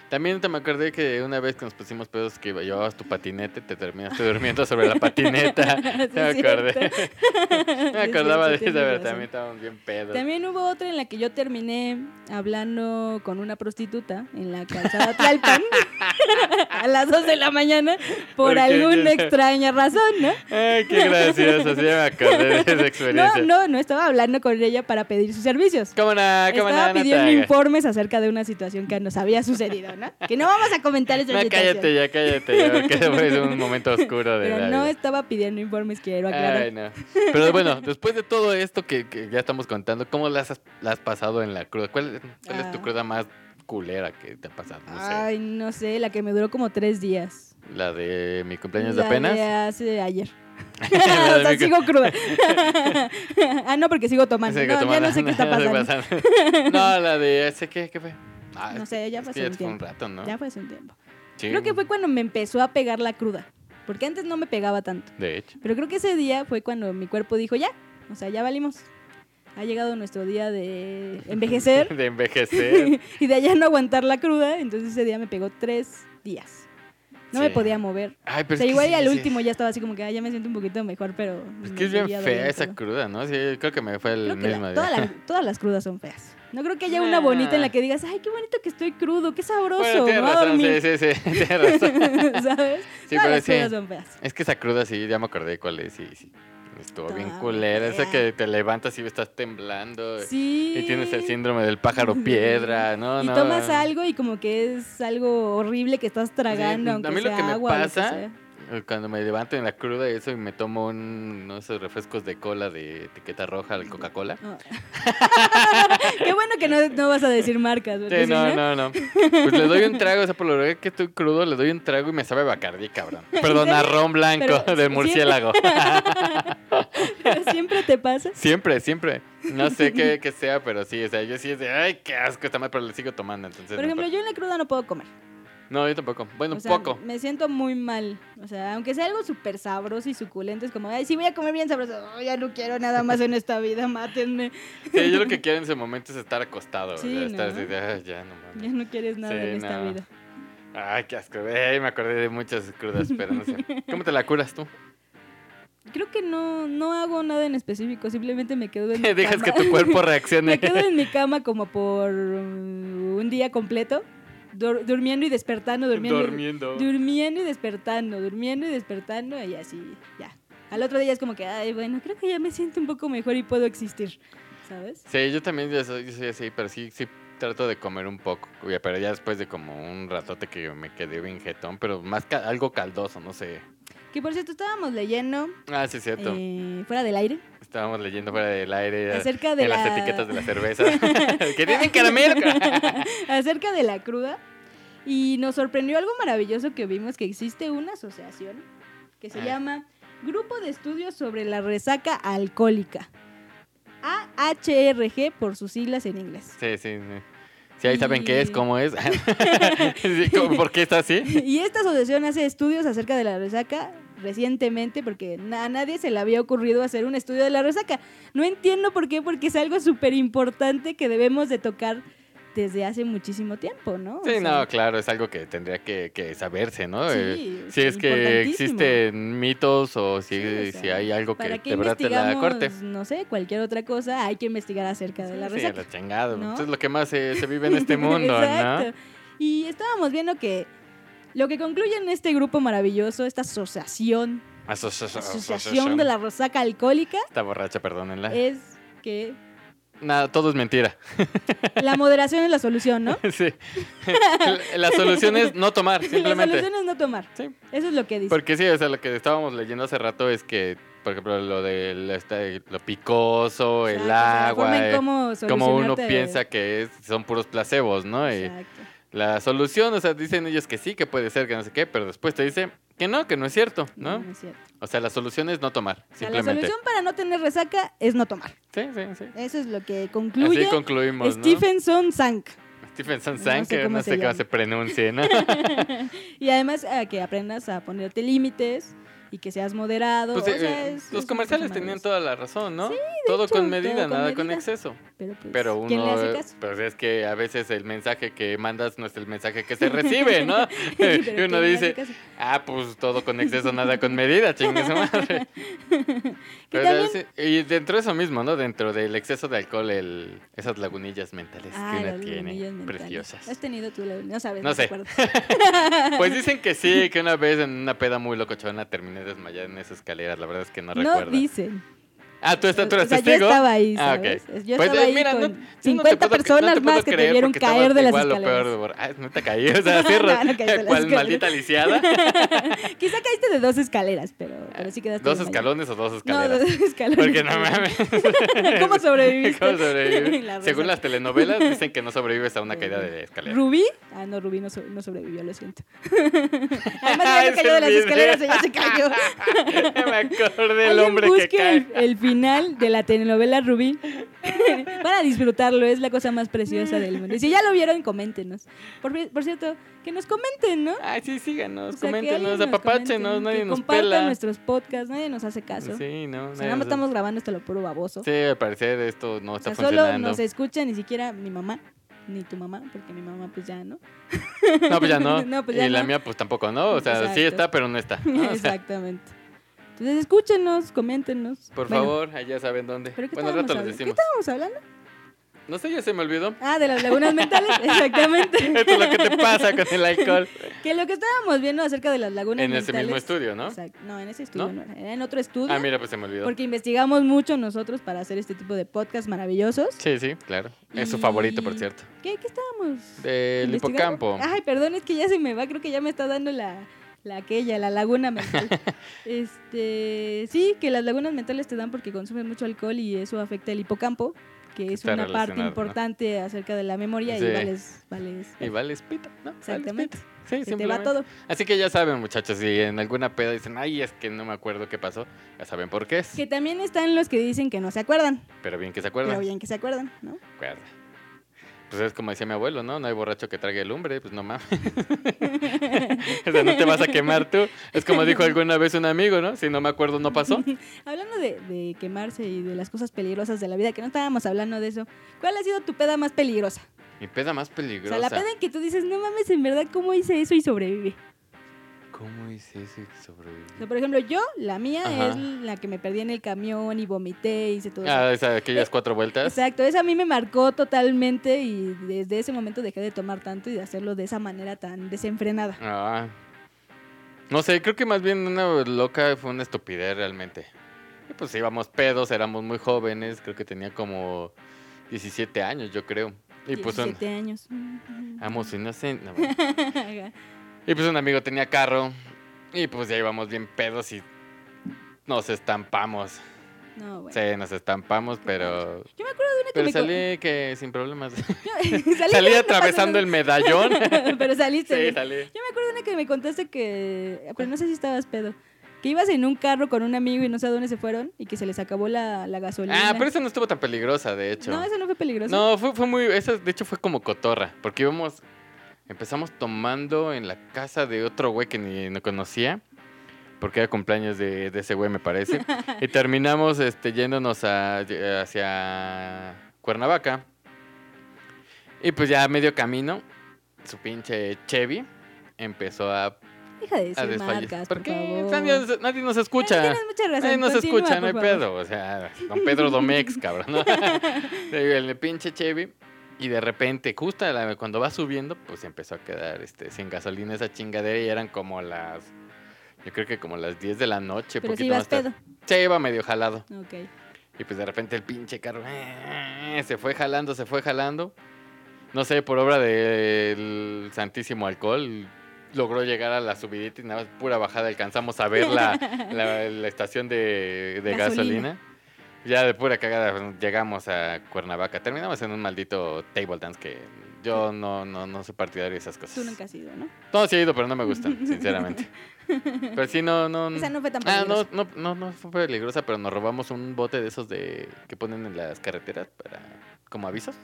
Speaker 1: También te me acordé que una vez que nos pusimos pedos que llevabas tu patinete, te terminaste durmiendo sobre la patineta.
Speaker 2: Sí,
Speaker 1: me acordé.
Speaker 2: cierto.
Speaker 1: me
Speaker 2: Sí,
Speaker 1: acordaba de eso,
Speaker 2: cierto, tienes
Speaker 1: pero
Speaker 2: razón.
Speaker 1: también estábamos bien pedos.
Speaker 2: También hubo otra en la que yo terminé hablando con una prostituta en la calzada Tlalpan a las 2 de la mañana por
Speaker 1: Porque
Speaker 2: alguna
Speaker 1: yo-
Speaker 2: extraña razón, ¿no?
Speaker 1: Ay, qué gracioso, sí me acordé de esa
Speaker 2: No,
Speaker 1: experiencia.
Speaker 2: no, no estaba hablando con ella para pedir sus servicios.
Speaker 1: ¿Cómo no? Ah, ¿Cómo no?
Speaker 2: Estaba
Speaker 1: No te
Speaker 2: pidiendo
Speaker 1: hagas.
Speaker 2: informes acerca de una situación que nos había sucedido, ¿no? Que no vamos a comentar esa
Speaker 1: No,
Speaker 2: situación.
Speaker 1: cállate ya, cállate ya, porque fue un momento oscuro de la
Speaker 2: Pero no
Speaker 1: vida.
Speaker 2: estaba pidiendo informes, quiero aclarar.
Speaker 1: Ay, no. Pero bueno, después de todo esto que, que ya estamos contando, ¿cómo las has, la has pasado en la cruda? ¿Cuál, cuál es tu
Speaker 2: Ah.
Speaker 1: cruda más culera que te ha pasado? No sé.
Speaker 2: Ay, no sé, la que me duró como tres días.
Speaker 1: La de mi cumpleaños
Speaker 2: La
Speaker 1: de apenas.
Speaker 2: de hace ayer.
Speaker 1: La de
Speaker 2: o
Speaker 1: mi
Speaker 2: sea,
Speaker 1: cum-
Speaker 2: sigo cruda. ah, no, porque sigo tomando.
Speaker 1: Sí, que
Speaker 2: no, ya
Speaker 1: tomara.
Speaker 2: no sé qué está
Speaker 1: No sé
Speaker 2: pasando.
Speaker 1: pasando. No, la de ¿sé qué, ¿qué fue? Ah,
Speaker 2: No
Speaker 1: es
Speaker 2: sé,
Speaker 1: que-
Speaker 2: ya
Speaker 1: es
Speaker 2: pasó
Speaker 1: que ya
Speaker 2: un
Speaker 1: fue un
Speaker 2: tiempo.
Speaker 1: rato, ¿no?
Speaker 2: Ya fue hace un tiempo.
Speaker 1: Sí,
Speaker 2: Creo que fue cuando me empezó a pegar la cruda. Porque antes no me pegaba tanto.
Speaker 1: De hecho.
Speaker 2: Pero creo que ese día fue cuando mi cuerpo dijo ya. O sea, ya valimos. Ha llegado nuestro día de envejecer
Speaker 1: De envejecer.
Speaker 2: y de allá no aguantar la cruda. Entonces ese día me pegó tres días. No me
Speaker 1: Sí.
Speaker 2: podía mover.
Speaker 1: Ay,
Speaker 2: O
Speaker 1: pero
Speaker 2: sea,
Speaker 1: es que
Speaker 2: igual
Speaker 1: sí,
Speaker 2: y al
Speaker 1: sí.
Speaker 2: último ya estaba así como que "Ah, ya me siento un poquito mejor, pero.
Speaker 1: Es
Speaker 2: me
Speaker 1: que es bien
Speaker 2: seguía
Speaker 1: fea
Speaker 2: doliendo
Speaker 1: esa
Speaker 2: todo".
Speaker 1: cruda, ¿no? Sí, creo que me fue el
Speaker 2: Creo que la-
Speaker 1: mismo día.
Speaker 2: toda la- todas las crudas son feas. No creo que haya una bonita en la que digas, ay, qué bonito que estoy crudo, qué sabroso,
Speaker 1: Bueno,
Speaker 2: me
Speaker 1: tienes
Speaker 2: voy a
Speaker 1: razón, sí,
Speaker 2: dormir.
Speaker 1: sí, sí, tienes razón.
Speaker 2: ¿Sabes?
Speaker 1: Sí,
Speaker 2: todas
Speaker 1: pero
Speaker 2: las
Speaker 1: sí.
Speaker 2: crudas son feas.
Speaker 1: Es que esa cruda sí, ya me acordé cuál es, sí, sí. Estuvo bien
Speaker 2: Toda
Speaker 1: culera, esa
Speaker 2: fea.
Speaker 1: que te levantas y estás temblando
Speaker 2: Sí.
Speaker 1: Pues, y tienes el síndrome del pájaro piedra, no,
Speaker 2: y
Speaker 1: no.
Speaker 2: tomas algo y como que es algo horrible que estás tragando,
Speaker 1: a
Speaker 2: aunque
Speaker 1: mí lo
Speaker 2: sea
Speaker 1: que me
Speaker 2: agua o lo que
Speaker 1: pasa-
Speaker 2: sea.
Speaker 1: Cuando me levanto en la cruda y eso y me tomo un, no esos refrescos de cola de etiqueta roja de Coca-Cola.
Speaker 2: No. Qué bueno que no, no vas a decir marcas. porque
Speaker 1: Sí,
Speaker 2: si
Speaker 1: no, no,
Speaker 2: no-
Speaker 1: no. Pues le doy un trago, o sea, por lo que estoy crudo, le doy un trago y me sabe a Bacardí, cabrón. Perdón, a ron blanco
Speaker 2: Pero
Speaker 1: del
Speaker 2: sí-
Speaker 1: murciélago.
Speaker 2: pero siempre te pasa.
Speaker 1: Siempre, siempre. No sé qué, qué sea, pero sí, o sea, yo sí es de, ay, qué asco está mal, pero le sigo tomando, entonces.
Speaker 2: Por
Speaker 1: no,
Speaker 2: ejemplo,
Speaker 1: importa.
Speaker 2: yo en la cruda no puedo comer.
Speaker 1: no, yo tampoco. Bueno,
Speaker 2: O
Speaker 1: un
Speaker 2: sea,
Speaker 1: poco.
Speaker 2: Me siento muy mal. O sea, aunque sea algo súper sabroso y suculento, es como, ay, sí voy a comer bien sabroso. Oh, ya no quiero nada más en esta vida, mátenme.
Speaker 1: Sí, yo lo que quiero en ese momento es estar acostado,
Speaker 2: Sí,
Speaker 1: o sea, estar
Speaker 2: ¿no?
Speaker 1: así de, ay, ya no
Speaker 2: Ya
Speaker 1: mames.
Speaker 2: no quieres nada
Speaker 1: Sí,
Speaker 2: en esta
Speaker 1: no.
Speaker 2: vida.
Speaker 1: Ay, qué asco. Ey, me acordé de muchas crudas, pero no sé. ¿Cómo te la curas tú?
Speaker 2: Creo que no, no hago nada en específico, simplemente me quedo en mi
Speaker 1: Dejas que
Speaker 2: cama.
Speaker 1: tu cuerpo reaccione.
Speaker 2: me quedo en mi cama como por um, un día completo, dur- durmiendo y despertando, durmiendo. y-
Speaker 1: Durmiendo.
Speaker 2: Durmiendo y despertando, durmiendo y despertando y así, ya. Al otro día es como que, ay, bueno, creo que ya me siento un poco mejor y puedo existir, ¿sabes?
Speaker 1: Sí, yo también ya soy, yo soy así, pero sí, sí trato de comer un poco. Oye, Pero ya después de como un ratote que me quedé bien jetón, pero más ca- algo caldoso, no sé.
Speaker 2: Que por cierto, estábamos leyendo
Speaker 1: Ah, sí, es cierto.
Speaker 2: eh, fuera del aire
Speaker 1: Estábamos leyendo fuera del aire.
Speaker 2: acerca de
Speaker 1: en
Speaker 2: la...
Speaker 1: las etiquetas de la cerveza. que tienen caramelo.
Speaker 2: acerca de la cruda. Y nos sorprendió algo maravilloso que vimos, que existe una asociación que se
Speaker 1: Ah.
Speaker 2: llama Grupo de Estudios sobre la Resaca Alcohólica. AHRG por sus siglas en inglés.
Speaker 1: sí, sí, sí. Sí, ahí saben qué es,
Speaker 2: Y-
Speaker 1: cómo es. Sí, ¿cómo- ¿Por qué está así?
Speaker 2: Y esta asociación hace estudios acerca de la resaca recientemente porque na- a nadie se le había ocurrido hacer un estudio de la resaca. No entiendo por qué, porque es algo súper importante que debemos de tocar desde hace muchísimo tiempo, ¿no? O
Speaker 1: Sí,
Speaker 2: sea,
Speaker 1: no, claro, es algo que tendría que, que saberse, ¿no? Eh,
Speaker 2: Sí,
Speaker 1: si es que
Speaker 2: importantísimo.
Speaker 1: existen mitos o si,
Speaker 2: Sí, o sea,
Speaker 1: si hay algo que
Speaker 2: ¿Para qué
Speaker 1: de verdad te la corte.
Speaker 2: investigamos, no sé, cualquier otra cosa? Hay que investigar acerca de la
Speaker 1: Sí,
Speaker 2: resaca.
Speaker 1: la chingada.
Speaker 2: ¿no?
Speaker 1: Esto es lo que más se, se vive en este mundo, ¿no?
Speaker 2: Exacto. Y estábamos viendo que lo que concluye en este grupo maravilloso, esta asociación,
Speaker 1: Aso- aso- aso-
Speaker 2: asociación de la Eh. resaca alcohólica,
Speaker 1: Está borracha, perdónenla.
Speaker 2: es que
Speaker 1: Nada, todo es mentira.
Speaker 2: la moderación es la solución, ¿no?
Speaker 1: Sí. La- la solución es no tomar,
Speaker 2: La
Speaker 1: simplemente.
Speaker 2: solución es no tomar.
Speaker 1: Sí.
Speaker 2: Eso es lo que dice.
Speaker 1: Porque sí, o sea, lo que estábamos leyendo hace rato es que, por ejemplo, lo de lo picoso,
Speaker 2: Exacto, o
Speaker 1: el
Speaker 2: sea, la
Speaker 1: agua,
Speaker 2: forma en
Speaker 1: eh,
Speaker 2: cómo
Speaker 1: como uno
Speaker 2: solucionarte-
Speaker 1: piensa que es- son puros placebos, ¿no? Y
Speaker 2: Exacto.
Speaker 1: la solución, o sea, dicen ellos que sí, que puede ser, que no sé qué, pero después te dicen que no, que no es cierto, ¿no?
Speaker 2: No es cierto.
Speaker 1: O sea, la solución es no tomar,
Speaker 2: O sea, la
Speaker 1: simplemente.
Speaker 2: solución para no tener resaca es no tomar.
Speaker 1: Sí, sí, sí.
Speaker 2: Eso es lo que concluye
Speaker 1: Así concluimos, ¿no?
Speaker 2: Stephenson Sank.
Speaker 1: Stephenson
Speaker 2: No
Speaker 1: Sank,
Speaker 2: sé
Speaker 1: que
Speaker 2: cómo
Speaker 1: no
Speaker 2: se
Speaker 1: sé cómo
Speaker 2: llama.
Speaker 1: se pronuncie, ¿no? Pues
Speaker 2: Y además a que aprendas a ponerte límites y que seas moderado.
Speaker 1: Pues,
Speaker 2: o sea,
Speaker 1: eh,
Speaker 2: es- es
Speaker 1: los
Speaker 2: mucho
Speaker 1: comerciales
Speaker 2: más.
Speaker 1: tenían toda la razón, ¿no? todo con
Speaker 2: hecho,
Speaker 1: medida,
Speaker 2: todo con
Speaker 1: nada con
Speaker 2: medida.
Speaker 1: exceso.
Speaker 2: Pero, pues,
Speaker 1: Pero uno,
Speaker 2: ¿quién le hace caso?
Speaker 1: pues es que a veces el mensaje que mandas no es el mensaje que se recibe, ¿no?
Speaker 2: Pero
Speaker 1: y
Speaker 2: ¿quién le
Speaker 1: uno
Speaker 2: hace
Speaker 1: dice,
Speaker 2: caso?
Speaker 1: ah, pues todo con exceso, nada con medida, chingue su madre. Pero
Speaker 2: también-
Speaker 1: sí, y dentro de eso mismo, ¿no? Dentro del exceso de alcohol, el, esas lagunillas mentales
Speaker 2: Ah,
Speaker 1: que uno
Speaker 2: las
Speaker 1: tiene,
Speaker 2: lagunillas mentales. Has
Speaker 1: preciosas.
Speaker 2: tenido tú la- No sabes.
Speaker 1: No
Speaker 2: te
Speaker 1: sé.
Speaker 2: acuerdas.
Speaker 1: Pues dicen que sí, que una vez en una peda muy locochona terminé desmayada en esa escalera, la verdad es que no,
Speaker 2: No
Speaker 1: recuerdo.
Speaker 2: dicen.
Speaker 1: Ah, tú, estás, tú
Speaker 2: O-
Speaker 1: eras
Speaker 2: o sea,
Speaker 1: testigo.
Speaker 2: Yo estaba ahí,
Speaker 1: Ah, ok.
Speaker 2: ¿sabes? Yo
Speaker 1: Pues,
Speaker 2: estaba
Speaker 1: eh,
Speaker 2: ahí
Speaker 1: mira, no- yo
Speaker 2: con
Speaker 1: no te puedo
Speaker 2: 50
Speaker 1: cre-
Speaker 2: personas
Speaker 1: no te puedo
Speaker 2: más que te
Speaker 1: creer
Speaker 2: vieron
Speaker 1: porque estabas
Speaker 2: caer de las
Speaker 1: igual lo
Speaker 2: escaleras.
Speaker 1: peor de borra- Ah, no te caí, o sea, así,
Speaker 2: No, no caíste de las
Speaker 1: cual
Speaker 2: escaleras.
Speaker 1: maldita lisiada.
Speaker 2: Quizá caíste de dos escaleras, pero, pero sí quedaste
Speaker 1: ¿Dos
Speaker 2: desmayado.
Speaker 1: escalones o dos
Speaker 2: No,
Speaker 1: escaleras?
Speaker 2: dos escalones.
Speaker 1: Porque no mames.
Speaker 2: ¿Cómo sobreviviste?
Speaker 1: ¿Cómo sobrevives?
Speaker 2: La
Speaker 1: Según
Speaker 2: resaca.
Speaker 1: las telenovelas, dicen que no sobrevives a una caída de escalera.
Speaker 2: ¿Rubí? Ah, no, Rubí no, so- no sobrevivió, lo siento. Además, ya
Speaker 1: Ese
Speaker 2: se cayó de las
Speaker 1: video.
Speaker 2: escaleras, ella se cayó.
Speaker 1: Ya Me acordé del
Speaker 2: Alguien
Speaker 1: hombre que
Speaker 2: busque
Speaker 1: cae.
Speaker 2: el, el final de la telenovela Rubí para disfrutarlo, es la cosa más preciosa
Speaker 1: Mm.
Speaker 2: del mundo. Y si ya lo vieron, coméntenos. Por, por cierto, que nos comenten, ¿no?
Speaker 1: Ay, sí, síganos,
Speaker 2: O sea, que alguien
Speaker 1: coméntenos,
Speaker 2: nos
Speaker 1: apapáchenos,
Speaker 2: comenten,
Speaker 1: nadie
Speaker 2: que
Speaker 1: nos
Speaker 2: compartan
Speaker 1: pela.
Speaker 2: nuestros podcasts, nadie nos hace caso.
Speaker 1: Sí, no,
Speaker 2: o sea,
Speaker 1: nadie
Speaker 2: nada más
Speaker 1: nos-
Speaker 2: estamos grabando esto lo puro baboso.
Speaker 1: Sí, al parecer esto no
Speaker 2: o
Speaker 1: está
Speaker 2: sea, solo
Speaker 1: funcionando.
Speaker 2: nos escucha ni siquiera mi mamá, ni tu mamá, porque mi mamá pues ya, ¿no?
Speaker 1: No, pues ya no.
Speaker 2: No, pues ya
Speaker 1: y la
Speaker 2: no.
Speaker 1: mía, pues tampoco, ¿no? O sea, sí
Speaker 2: Exacto.
Speaker 1: está, pero no está. ¿no? O sea,
Speaker 2: Exactamente. Entonces escúchenos, coméntenos.
Speaker 1: por
Speaker 2: Bueno,
Speaker 1: favor, allá saben dónde.
Speaker 2: ¿pero qué
Speaker 1: Bueno, al
Speaker 2: estábamos
Speaker 1: rato les
Speaker 2: hablando? ¿Qué
Speaker 1: decimos.
Speaker 2: estábamos hablando?
Speaker 1: No sé, ya se me olvidó.
Speaker 2: Ah, de las lagunas mentales, exactamente.
Speaker 1: Esto es lo que te pasa con el alcohol.
Speaker 2: Que lo que estábamos viendo acerca de las lagunas
Speaker 1: en
Speaker 2: mentales.
Speaker 1: ese mismo estudio, ¿no?
Speaker 2: Exacto. No, en ese estudio
Speaker 1: ¿No?
Speaker 2: no, era, era en otro estudio.
Speaker 1: Ah, mira, pues se me olvidó.
Speaker 2: Porque investigamos mucho nosotros para hacer este tipo de podcasts maravillosos.
Speaker 1: Sí, sí, claro. Es su
Speaker 2: Y-
Speaker 1: favorito, por cierto.
Speaker 2: ¿Qué, qué estábamos?
Speaker 1: Del
Speaker 2: investigando?
Speaker 1: hipocampo.
Speaker 2: Ay, perdón, es que ya se me va, creo que ya me está dando la, la aquella, la laguna mental. este, sí, que las lagunas mentales te dan porque consumes mucho alcohol y eso afecta el hipocampo, que es
Speaker 1: Está
Speaker 2: una parte
Speaker 1: relacionado, ¿no?
Speaker 2: importante acerca de la memoria
Speaker 1: Sí.
Speaker 2: y vales, vales.
Speaker 1: Y vale espita, ¿no? Vale
Speaker 2: Exactamente.
Speaker 1: espita. Sí,
Speaker 2: Se te va
Speaker 1: simplemente.
Speaker 2: todo.
Speaker 1: Así que ya saben, muchachos, si en alguna peda dicen, ay, es que no me acuerdo qué pasó, ya saben por qué es.
Speaker 2: Que también están los que dicen que no se acuerdan,
Speaker 1: Pero bien que se acuerdan.
Speaker 2: pero bien que se acuerdan, ¿no?
Speaker 1: Acuerda. Pues es como decía mi abuelo, ¿no? No hay borracho que trague lumbre, pues no mames. o sea, no te vas a quemar tú. Es como dijo alguna vez un amigo, ¿no? Si no me acuerdo, no pasó.
Speaker 2: Hablando de, de quemarse y de las cosas peligrosas de la vida, que no estábamos hablando de eso, ¿cuál ha sido tu peda más peligrosa?
Speaker 1: Mi peda más
Speaker 2: O
Speaker 1: peligrosa.
Speaker 2: sea, la peda en que tú dices, no mames, en verdad, ¿cómo hice eso y sobreviví?
Speaker 1: ¿Cómo hice eso y
Speaker 2: O sea,
Speaker 1: sobreviví?
Speaker 2: por ejemplo, yo, la mía
Speaker 1: Ajá.
Speaker 2: es la que me perdí en el camión y vomité y hice todo eso.
Speaker 1: Ah, esa, aquellas cuatro vueltas.
Speaker 2: Exacto, esa a mí me marcó totalmente y desde ese momento dejé de tomar tanto y de hacerlo de esa manera tan desenfrenada.
Speaker 1: Ah. No sé, creo que más bien una loca fue una estupidez realmente. Y pues íbamos pedos, éramos muy jóvenes, creo que tenía como 17 años, yo creo. Y pues un...
Speaker 2: 17 años.
Speaker 1: Amo su inocente. no, bueno.
Speaker 2: Ajá.
Speaker 1: Y pues un amigo tenía carro. Y pues ya íbamos bien pedos y nos estampamos.
Speaker 2: no, bueno.
Speaker 1: Sí, nos estampamos, pero.
Speaker 2: Yo me acuerdo de una que
Speaker 1: Pero
Speaker 2: me co-
Speaker 1: salí que sin problemas.
Speaker 2: Yo- salí,
Speaker 1: Salí
Speaker 2: no
Speaker 1: atravesando el
Speaker 2: pasó
Speaker 1: medallón.
Speaker 2: nada. Pero saliste.
Speaker 1: Sí,
Speaker 2: bien.
Speaker 1: salí.
Speaker 2: Yo me acuerdo de una que me contaste que. Pero no sé si estabas pedo. Que ibas en un carro con un amigo y no sé a dónde se fueron y que se les acabó la, la gasolina.
Speaker 1: Ah, pero esa no estuvo tan peligrosa, de hecho.
Speaker 2: No, eso no fue peligroso.
Speaker 1: No, fue, fue muy. Esa, de hecho, fue como cotorra. Porque íbamos. Empezamos tomando en la casa de otro güey que ni no conocía. Porque era cumpleaños de, de ese güey, me parece. y terminamos este, yéndonos a- hacia Cuernavaca. Y pues ya a medio camino, su pinche Chevy empezó a, a
Speaker 2: Deja de decir
Speaker 1: desfallecer.
Speaker 2: marcas, por,
Speaker 1: ¿Por qué?
Speaker 2: favor.
Speaker 1: Nadie, nos- nadie nos
Speaker 2: Ay,
Speaker 1: escucha.
Speaker 2: Tienes mucha razón.
Speaker 1: Ay, no se
Speaker 2: Continúa,
Speaker 1: escucha, no hay
Speaker 2: por favor.
Speaker 1: pedo. O sea, don Pedro Domex, cabrón. ¿no? Sí, el pinche Chevy. Y de repente, justo a la- cuando va subiendo, pues empezó a quedar este, sin gasolina esa chingadera y eran como las. Yo creo que como las 10 de la noche,
Speaker 2: Pero si
Speaker 1: poquito
Speaker 2: ibas
Speaker 1: más tarde.
Speaker 2: pedo.
Speaker 1: Sí, iba medio jalado.
Speaker 2: Ok.
Speaker 1: Y pues de repente el pinche carro eh, se fue jalando, se fue jalando. No sé, por obra del santísimo alcohol, logró llegar a la subidita y nada más pura bajada alcanzamos a ver la, la- la estación de, de gasolina.
Speaker 2: Gasolina.
Speaker 1: Ya de pura cagada llegamos a Cuernavaca. Terminamos en un maldito table dance que Yo no, no, no soy partidario de esas cosas.
Speaker 2: Tú nunca has ido, ¿no?
Speaker 1: No, sí he ido, pero no me gustan, sinceramente. Pero sí, no, no.
Speaker 3: Esa no fue tan
Speaker 1: Ah, no,
Speaker 3: peligrosa.
Speaker 1: no, no, no fue peligrosa, pero nos robamos un bote de esos de que ponen en las carreteras para como avisos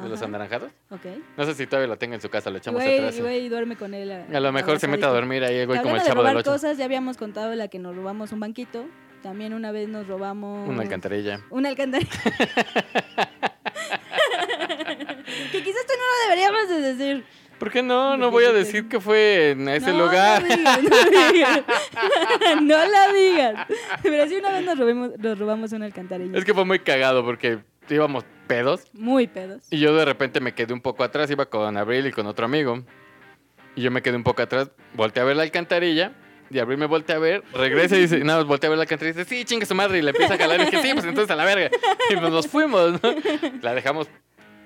Speaker 1: de los
Speaker 2: Ajá,
Speaker 1: anaranjados.
Speaker 2: Ok.
Speaker 1: No sé si todavía lo tenga en su casa, lo echamos atrás.
Speaker 2: Güey,
Speaker 1: y-
Speaker 2: güey, duerme con él. a-
Speaker 1: A lo mejor se mete a
Speaker 2: abrazadito.
Speaker 1: dormir ahí el güey como el
Speaker 2: Hablando
Speaker 1: chavo
Speaker 2: de
Speaker 1: del
Speaker 2: robar
Speaker 1: 8.
Speaker 2: cosas, ya habíamos contado la que nos robamos un banquito. También una vez nos robamos...
Speaker 1: Una alcantarilla.
Speaker 2: Una alcantarilla. que quizás esto no lo deberíamos de decir.
Speaker 1: ¿Por qué no? No voy a decir que fue en ese lugar.
Speaker 2: No, digas, no, digas. no la digas. Pero sí una vez nos, robemos- nos robamos una alcantarilla.
Speaker 1: Es que fue muy cagado porque íbamos pedos
Speaker 2: Muy pedos.
Speaker 1: Y yo de repente me quedé un poco atrás, iba con Abril y con otro amigo. Y yo me quedé un poco atrás, volteé a ver la alcantarilla. Y Abril me volteé a ver, regresa y dice, no, volteé a ver la alcantarilla y dice, sí, chingue su madre. Y le empieza a jalar y dije, sí, pues entonces a la verga. Y pues nos fuimos, ¿no? La dejamos,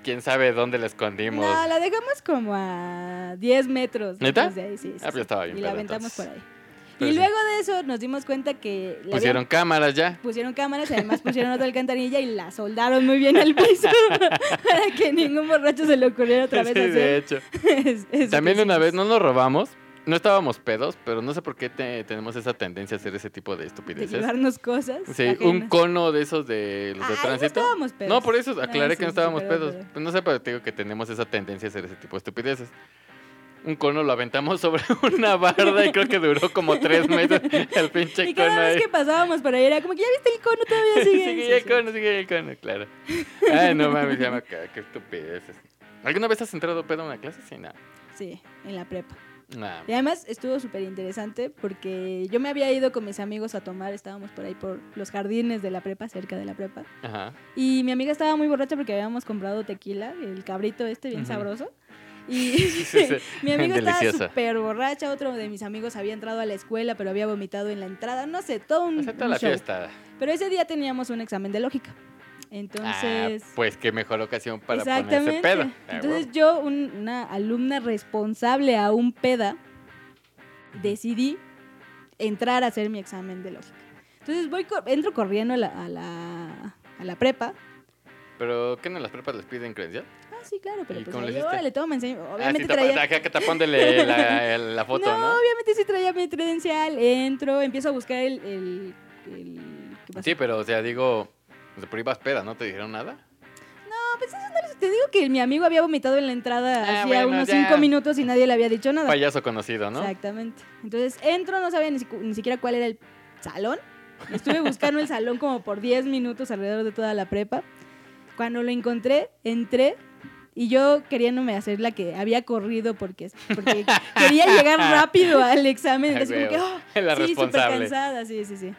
Speaker 1: quién sabe dónde la escondimos.
Speaker 2: No, la dejamos como a 10 metros.
Speaker 1: ¿neta?
Speaker 2: después de ahí, sí, sí,
Speaker 1: Ah, pues
Speaker 2: sí.
Speaker 1: ya estaba bien
Speaker 2: Y la
Speaker 1: pedo,
Speaker 2: aventamos
Speaker 1: entonces.
Speaker 2: por ahí.
Speaker 1: Pero
Speaker 2: y
Speaker 1: sí.
Speaker 2: luego de eso nos dimos cuenta que... le habían-
Speaker 1: Pusieron cámaras ya.
Speaker 2: pusieron cámaras y además pusieron otra alcantarilla y la soldaron muy bien al piso para que ningún borracho se le ocurriera otra vez
Speaker 1: Sí, de
Speaker 2: hacer.
Speaker 1: hecho.
Speaker 2: es- eso
Speaker 1: También
Speaker 2: que
Speaker 1: una
Speaker 2: hicimos.
Speaker 1: vez no nos robamos, no estábamos pedos, pero no sé por qué te- tenemos esa tendencia a hacer ese tipo de
Speaker 2: De
Speaker 1: estupideces.
Speaker 2: llevarnos cosas.
Speaker 1: Sí, un
Speaker 2: ajenas.
Speaker 1: cono de esos de los de
Speaker 2: Ay, no
Speaker 1: tránsito.
Speaker 2: estábamos pedos.
Speaker 1: No, por eso aclaré que no
Speaker 2: Ay, sí, sí,
Speaker 1: estábamos
Speaker 2: perdón,
Speaker 1: pedos.
Speaker 2: perdón.
Speaker 1: Pues no sé, pero te digo que tenemos esa tendencia a hacer ese tipo de estupideces. Un cono lo aventamos sobre una barda y creo que duró como tres meses el pinche
Speaker 2: Y
Speaker 1: cono
Speaker 2: cada
Speaker 1: ahí.
Speaker 2: vez que pasábamos por ahí era como que ya viste el cono todavía sigue.
Speaker 1: sigue
Speaker 2: Sí,
Speaker 1: ya el
Speaker 2: sí.
Speaker 1: cono, sigue ya el cono, claro. Ay, no mames, ya me acá, qué estupideces. ¿Alguna vez has entrado pedo a una clase? Sí, nada.
Speaker 2: Sí, en la prepa.
Speaker 1: Nah.
Speaker 2: Y además estuvo súper interesante porque yo me había ido con mis amigos a tomar, estábamos por ahí por los jardines de la prepa, cerca de la prepa.
Speaker 1: Ajá.
Speaker 2: Y mi amiga estaba muy borracha porque habíamos comprado tequila, el cabrito este bien
Speaker 1: Ujú.
Speaker 2: sabroso. Y
Speaker 1: sí, sí.
Speaker 2: mi amigo estaba
Speaker 1: Deliciosa.
Speaker 2: súper borracha, otro de mis amigos había entrado a la escuela pero había vomitado en la entrada, no sé, todo un,
Speaker 1: Acepta
Speaker 2: Mm, un
Speaker 1: la
Speaker 2: show.
Speaker 1: fiesta.
Speaker 2: Pero ese día teníamos un examen de lógica. Entonces...
Speaker 1: Ah, pues qué mejor ocasión para ponerse pedo. Ah,
Speaker 2: Entonces yo, un- una alumna responsable a un peda, decidí entrar a hacer mi examen de lógica. Entonces voy, co- entro corriendo a la, a la, a la prepa.
Speaker 1: huevo. Pero ¿qué no las prepas les piden credencial?
Speaker 2: Ah, sí, claro, pero
Speaker 1: ¿Y
Speaker 2: pues
Speaker 1: cómo le
Speaker 2: ahí,
Speaker 1: hiciste?
Speaker 2: órale, toma, enseño. Obviamente
Speaker 1: ah, sí,
Speaker 2: traía...
Speaker 1: tapa- acá que tapándole la, la foto,
Speaker 2: no,
Speaker 1: ¿no?
Speaker 2: obviamente sí traía mi credencial. Entro, empiezo a buscar el... el, el- ¿Qué pasa?
Speaker 1: Sí, pero, o sea, digo, de por ahí vas peda, ¿no te dijeron nada?
Speaker 2: Te digo que mi amigo había vomitado en la entrada
Speaker 1: pues Ah,
Speaker 2: hacía
Speaker 1: bueno,
Speaker 2: unos
Speaker 1: ya.
Speaker 2: cinco minutos y nadie le había dicho nada.
Speaker 1: Payaso conocido, ¿no?
Speaker 2: Exactamente. Entonces entro, no sabía ni, sicu- ni siquiera cuál era el salón. Estuve buscando el salón como por 10 minutos alrededor de toda la prepa. Cuando lo encontré, entré y yo queriéndome hacer la que había corrido porque, porque quería llegar rápido al examen. Entonces, como que,
Speaker 1: Ah, huevo.
Speaker 2: "Oh,
Speaker 1: La
Speaker 2: sí, súper
Speaker 1: responsable.
Speaker 2: cansada, sí, sí, sí.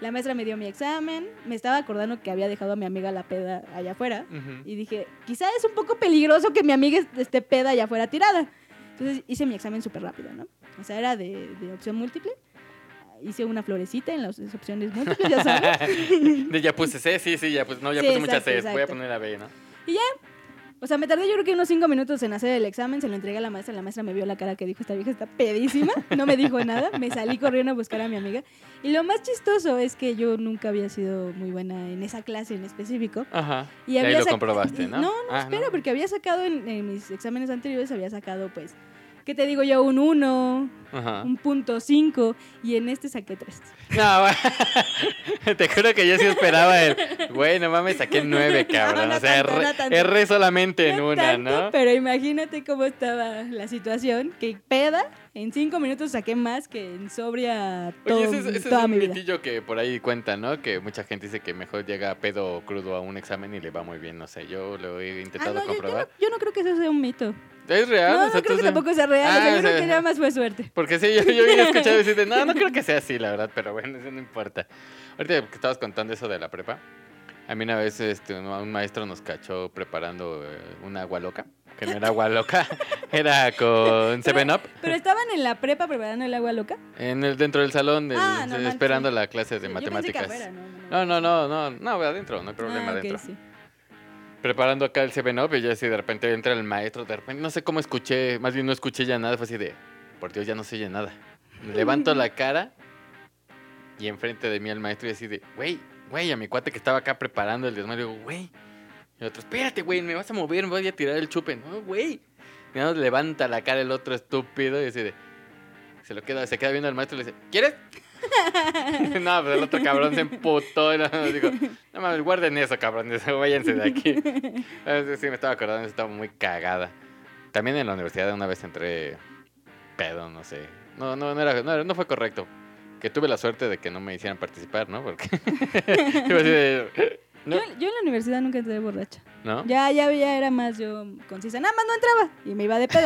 Speaker 2: La maestra me dio mi examen, me estaba acordando que había dejado a mi amiga la peda allá afuera.
Speaker 1: Ujú.
Speaker 2: Y dije, quizá es un poco peligroso que mi amiga est- esté peda allá afuera tirada. Entonces hice mi examen súper rápido, ¿no? O sea, era de, de opción múltiple. Hice una florecita en las opciones múltiples, ya sabes.
Speaker 1: De ya puse C, sí, sí, ya puse, no, ya
Speaker 2: Sí,
Speaker 1: puse muchas C,
Speaker 2: exacto,
Speaker 1: voy a
Speaker 2: exacto.
Speaker 1: poner la B, ¿no?
Speaker 2: O sea, me tardé yo creo que unos cinco minutos en hacer el examen, se lo entregué a la maestra, la maestra me vio la cara que dijo, esta vieja está pedísima, no me dijo nada, me salí corriendo a buscar a mi amiga. Y lo más chistoso es que yo nunca había sido muy buena en esa clase en específico.
Speaker 1: Ajá.
Speaker 2: Y
Speaker 1: Y ahí
Speaker 2: había
Speaker 1: lo
Speaker 2: sac-
Speaker 1: comprobaste, ¿no?
Speaker 2: No, no,
Speaker 1: Ah,
Speaker 2: espera, porque había sacado en, en mis exámenes anteriores, había sacado, pues, ¿qué te digo yo? Un 1,
Speaker 1: Ajá.
Speaker 2: un punto 5, y en este saqué 3.
Speaker 1: No, va- te juro que yo sí esperaba el, güey, no mames, saqué nueve, cabrón.
Speaker 2: no
Speaker 1: o sea,
Speaker 2: tanto,
Speaker 1: erré,
Speaker 2: no tanto.
Speaker 1: erré solamente en una, ¿no?
Speaker 2: Pero imagínate cómo estaba la situación, que peda, en 5 minutos saqué más que en sobria todo,
Speaker 1: Oye, ese es, ese es
Speaker 2: toda
Speaker 1: un
Speaker 2: mi vida.
Speaker 1: mitillo que por ahí cuenta, ¿no? Que mucha gente dice que mejor llega pedo o crudo a un examen y le va muy bien. No sé, yo lo he
Speaker 2: Ah,
Speaker 1: intentado
Speaker 2: no, yo, yo no,
Speaker 1: comprobar.
Speaker 2: yo no creo que eso sea un mito.
Speaker 1: ¿Es real?
Speaker 2: no,
Speaker 1: O sea,
Speaker 2: no creo
Speaker 1: tú
Speaker 2: que
Speaker 1: sí-
Speaker 2: tampoco sea real. o sea,
Speaker 1: Ah,
Speaker 2: yo creo
Speaker 1: sí.
Speaker 2: que nada más fue suerte.
Speaker 1: Porque sí, yo, yo he escuchado decir de, no, no creo que sea así, la verdad, pero bueno, eso no importa. Ahorita que estabas contando eso de la prepa, a mí una vez este, un, un maestro nos cachó preparando eh, una agua loca, que no era agua loca, era con Seven Up,
Speaker 2: Pero estaban en la prepa preparando el agua loca.
Speaker 1: en el, dentro del salón, del-
Speaker 2: Ah, normal,
Speaker 1: esperando
Speaker 2: sí.
Speaker 1: la clase de
Speaker 2: Yo pensé que
Speaker 1: matemáticas.
Speaker 2: afuera, no, no,
Speaker 1: No,
Speaker 2: no.
Speaker 1: no, no, no, no, adentro, no hay problema
Speaker 2: Ah, ok,
Speaker 1: adentro.
Speaker 2: sí.
Speaker 1: Preparando acá el 7-Up y ya así de repente entra el maestro, de repente no sé cómo escuché, más bien no escuché ya nada, fue así de, por Dios, ya no se oye nada. Levanto la cara y enfrente de mí el maestro y así de, güey, güey, a mi cuate que estaba acá preparando el desmadre, digo, güey, Y otro, espérate, güey, me vas a mover, me voy a tirar el chupe. No, güey. Y nada más levanta la cara el otro estúpido y decide. Se lo queda, se queda viendo al maestro y le dice, ¿quieres? no, pero el otro cabrón se emputó y nada más dijo, no mames, guarden eso, cabrón, váyanse de aquí. Entonces, Ah, sí, me estaba acordando, estaba muy cagada. También en la universidad una vez entré pedo, no sé. No, no, no, era, no, era- no fue correcto. Que tuve la suerte de que no me hicieran participar, ¿no? Porque... iba así de- no,
Speaker 2: Yo, yo en la universidad nunca entré borracha.
Speaker 1: ¿no?
Speaker 2: Ya, ya, ya era más yo concisa. Nada más no entraba y me iba de pedo.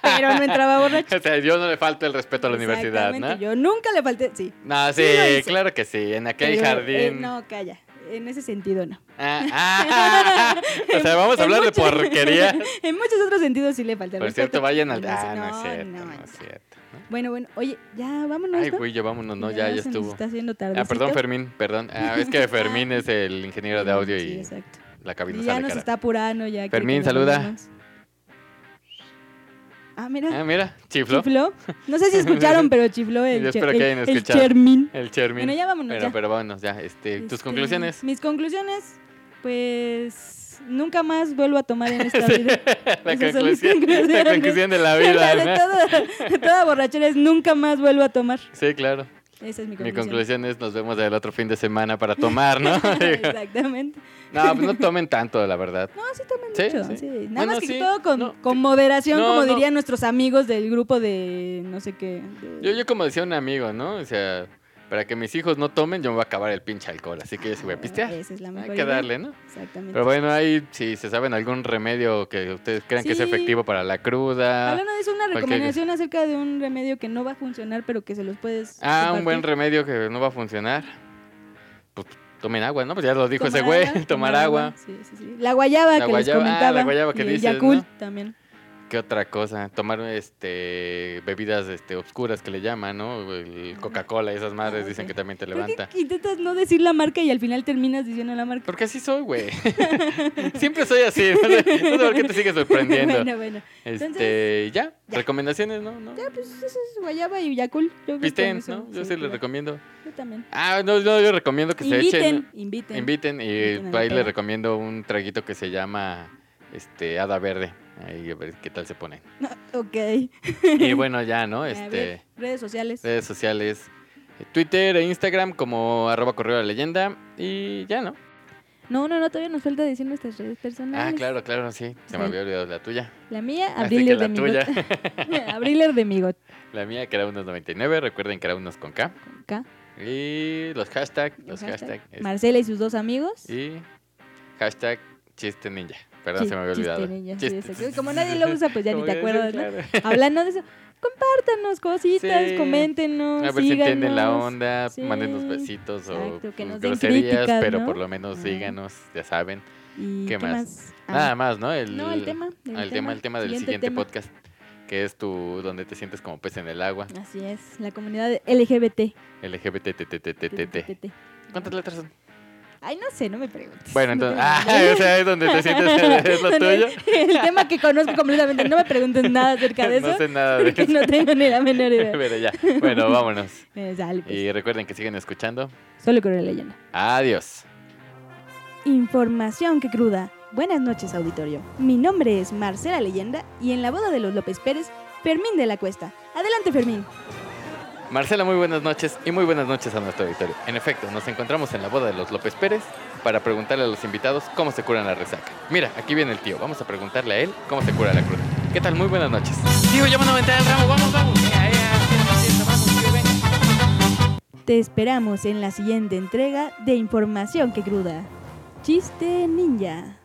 Speaker 2: pero no entraba borracha.
Speaker 1: O sea, yo no le falto el respeto a la universidad,
Speaker 2: Exactamente,
Speaker 1: ¿no?
Speaker 2: Yo nunca le falté. Sí.
Speaker 1: No, sí,
Speaker 2: Sí lo hice.
Speaker 1: claro que sí. En aquel
Speaker 2: pero,
Speaker 1: jardín.
Speaker 2: eh, no, calla. En ese sentido, no.
Speaker 1: Ah, ah, o sea, vamos a
Speaker 2: En
Speaker 1: hablar de
Speaker 2: muchos-
Speaker 1: porquería.
Speaker 2: en muchos otros sentidos sí le falté. el
Speaker 1: Por
Speaker 2: respeto.
Speaker 1: cierto, vayan al.
Speaker 2: Y no sé,
Speaker 1: Ah, no, es
Speaker 2: no,
Speaker 1: cierto,
Speaker 2: no,
Speaker 1: no, es
Speaker 2: no.
Speaker 1: cierto. ¿no?
Speaker 2: Bueno, bueno, oye, ya vámonos.
Speaker 1: Ay,
Speaker 2: ¿no?
Speaker 1: güey, ya vámonos, ¿no? Ya, ya
Speaker 2: se nos
Speaker 1: estuvo.
Speaker 2: Está haciendo tarde.
Speaker 1: Ah, perdón, Fermín, perdón. Ah, es que Fermín es el ingeniero de audio
Speaker 2: Ah, Sí,
Speaker 1: y
Speaker 2: exacto.
Speaker 1: la cabina
Speaker 2: Y ya
Speaker 1: sale
Speaker 2: nos
Speaker 1: cara.
Speaker 2: está apurando. Ya quiere
Speaker 1: Fermín,
Speaker 2: que nos
Speaker 1: saluda.
Speaker 2: vayamos. Ah, mira.
Speaker 1: Ah, mira, chifló.
Speaker 2: Chifló. No sé si escucharon, pero chifló el,
Speaker 1: Yo
Speaker 2: che-
Speaker 1: espero
Speaker 2: el,
Speaker 1: que hayan
Speaker 2: el
Speaker 1: escuchado.
Speaker 2: Chermin.
Speaker 1: El Chermin.
Speaker 2: Bueno, ya vámonos.
Speaker 1: pero,
Speaker 2: ya.
Speaker 1: pero vámonos, ya. Este, Tus
Speaker 2: Este,
Speaker 1: conclusiones.
Speaker 2: Mis conclusiones, pues nunca más vuelvo a tomar en esta vida.
Speaker 1: la,
Speaker 2: esas son mis
Speaker 1: conclusión, la
Speaker 2: conclusiones.
Speaker 1: conclusión de la vida.
Speaker 2: de,
Speaker 1: ¿no?
Speaker 2: todo- de toda borrachera es nunca más vuelvo a tomar.
Speaker 1: Sí, claro.
Speaker 2: Esa es mi
Speaker 1: Mi
Speaker 2: conclusión.
Speaker 1: conclusión es nos vemos el otro fin de semana para tomar, ¿no? no,
Speaker 2: Exactamente.
Speaker 1: pues no tomen tanto, la verdad.
Speaker 2: No, sí tomen
Speaker 1: Sí,
Speaker 2: mucho.
Speaker 1: sí.
Speaker 2: sí. Nada
Speaker 1: Bueno,
Speaker 2: más que
Speaker 1: sí,
Speaker 2: todo con,
Speaker 1: no,
Speaker 2: con moderación,
Speaker 1: no,
Speaker 2: como
Speaker 1: no.
Speaker 2: dirían nuestros amigos del grupo de no sé qué. de-
Speaker 1: Yo, yo como decía un amigo, ¿no? O sea, para que mis hijos no tomen, yo me voy a acabar el pinche alcohol, así que yo sí voy a pistear.
Speaker 2: Esa es la mejor
Speaker 1: Hay que
Speaker 2: idea.
Speaker 1: darle, ¿no?
Speaker 2: Exactamente.
Speaker 1: Pero bueno, ahí si se saben algún remedio que ustedes crean que es
Speaker 2: Sí.
Speaker 1: efectivo para la cruda.
Speaker 2: Hablando de eso, una
Speaker 1: cualquier-
Speaker 2: recomendación acerca de un remedio que no va a funcionar, pero que se los puedes.
Speaker 1: Ah, un buen
Speaker 2: remedio.
Speaker 1: remedio que no va a funcionar. Pues tomen agua, ¿no? Pues ya lo dijo ese güey, tomar, agua.
Speaker 2: Sí, sí, sí. La guayaba
Speaker 1: La
Speaker 2: que les
Speaker 1: guayaba- ah, la
Speaker 2: comentaba.
Speaker 1: guayaba que
Speaker 2: y el
Speaker 1: dices,
Speaker 2: Yakult
Speaker 1: ¿no?
Speaker 2: también.
Speaker 1: ¿Qué otra cosa? Tomar este bebidas este obscuras que le llaman, ¿no? El Coca-Cola, esas madres
Speaker 2: Ah,
Speaker 1: dicen
Speaker 2: ok.
Speaker 1: que también te
Speaker 2: Creo
Speaker 1: levanta.
Speaker 2: que intentas no decir la marca y al final terminas diciendo la marca.
Speaker 1: Porque así soy, güey. Siempre soy así. No sé, no sé por qué te sigues sorprendiendo.
Speaker 2: bueno, bueno.
Speaker 1: este,
Speaker 2: entonces,
Speaker 1: ya.
Speaker 2: ya.
Speaker 1: Recomendaciones, ¿no? ¿No?
Speaker 2: Pues eso es guayaba y Yakult. Yo creo que con
Speaker 1: Pisten,
Speaker 2: eso,
Speaker 1: ¿no? Yo
Speaker 2: sí,
Speaker 1: sí les
Speaker 2: claro.
Speaker 1: recomiendo.
Speaker 2: Yo también.
Speaker 1: Ah, no, no, yo recomiendo que se
Speaker 2: inviten,
Speaker 1: echen.
Speaker 2: inviten.
Speaker 1: Inviten. Y
Speaker 2: Inviten a la
Speaker 1: ahí les
Speaker 2: peda.
Speaker 1: recomiendo un traguito que se llama este Hada Verde. Ahí a ver qué tal se ponen.
Speaker 2: Ok.
Speaker 1: Y bueno, ya, ¿no?
Speaker 2: A
Speaker 1: Este.
Speaker 2: ver, redes sociales.
Speaker 1: redes sociales, eh, Twitter e Instagram como arroba correo de la leyenda y ya, ¿no?
Speaker 2: No, no, no, todavía nos falta decir nuestras redes
Speaker 1: Ah,
Speaker 2: personales.
Speaker 1: claro, claro, sí. Se me
Speaker 2: Sí.
Speaker 1: había olvidado la tuya.
Speaker 2: La mía,
Speaker 1: Así que
Speaker 2: Abriler de
Speaker 1: la tuya,
Speaker 2: Migot. Abriler de Migot.
Speaker 1: la mía que era unos 99, recuerden que era unos con K.
Speaker 2: Acá.
Speaker 1: Y los hashtags, los
Speaker 2: Los
Speaker 1: hashtags. este,
Speaker 2: Marcela y sus dos amigos.
Speaker 1: y hashtag chiste ninja. Perdón,
Speaker 2: Chi-
Speaker 1: se me había
Speaker 2: chiste
Speaker 1: olvidado.
Speaker 2: ninja, sí,
Speaker 1: Chiste-
Speaker 2: exacto. Como nadie lo usa, pues ya ni
Speaker 1: Como
Speaker 2: te
Speaker 1: que-
Speaker 2: acuerdas, ¿no?
Speaker 1: claro.
Speaker 2: Hablando de eso, compártanos cositas,
Speaker 1: Sí.
Speaker 2: coméntenos,
Speaker 1: A ver si
Speaker 2: síganos.
Speaker 1: entienden la onda,
Speaker 2: Sí.
Speaker 1: mándenos besitos o
Speaker 2: Exacto, que
Speaker 1: pues,
Speaker 2: nos den
Speaker 1: groserías,
Speaker 2: críticas,
Speaker 1: pero
Speaker 2: ¿no?
Speaker 1: por lo menos
Speaker 2: Ajá.
Speaker 1: síganos, ya saben.
Speaker 2: ¿Y
Speaker 1: ¿Qué
Speaker 2: qué,
Speaker 1: más?
Speaker 2: más? Ah,
Speaker 1: Nada más, ¿no? El,
Speaker 2: no, el tema.
Speaker 1: ah, El, tema, el tema del siguiente
Speaker 2: tema.
Speaker 1: podcast, que es tu donde te sientes como pez en el agua,
Speaker 2: Así es, la comunidad LGBT.
Speaker 1: LGBTTTTTT.
Speaker 2: TTT.
Speaker 1: ¿Cuántas letras son?
Speaker 2: Ay, no sé, no me preguntes.
Speaker 1: Bueno,
Speaker 2: No
Speaker 1: entonces,
Speaker 2: tengo
Speaker 1: ah,
Speaker 2: idea.
Speaker 1: o sea, es donde te sientes, es lo tuyo.
Speaker 2: El tema que conozco completamente, no me preguntes nada acerca de eso,
Speaker 1: No sé nada de
Speaker 2: porque
Speaker 1: eso.
Speaker 2: no tengo ni la menor idea.
Speaker 1: Pero ya, bueno, vámonos.
Speaker 2: Eh, sale, pues.
Speaker 1: Y recuerden que siguen escuchando.
Speaker 2: Solo con la leyenda.
Speaker 1: Adiós.
Speaker 3: Información que cruda. Buenas noches, auditorio. Mi nombre es Marcela Leyenda y en la boda de los López Pérez, Fermín de la Cuesta. Adelante, Fermín.
Speaker 1: Marcela, muy buenas noches y muy buenas noches a nuestro auditorio. En efecto, nos encontramos en la boda de los López Pérez para preguntarle a los invitados cómo se cura la resaca. Mira, aquí viene el tío. Vamos a preguntarle a él cómo se cura la cruda. ¿Qué tal? Muy buenas noches. Tío, ya van a aventar el ramo. Vamos, vamos.
Speaker 3: Te esperamos en la siguiente entrega de Información que cruda. Chiste ninja.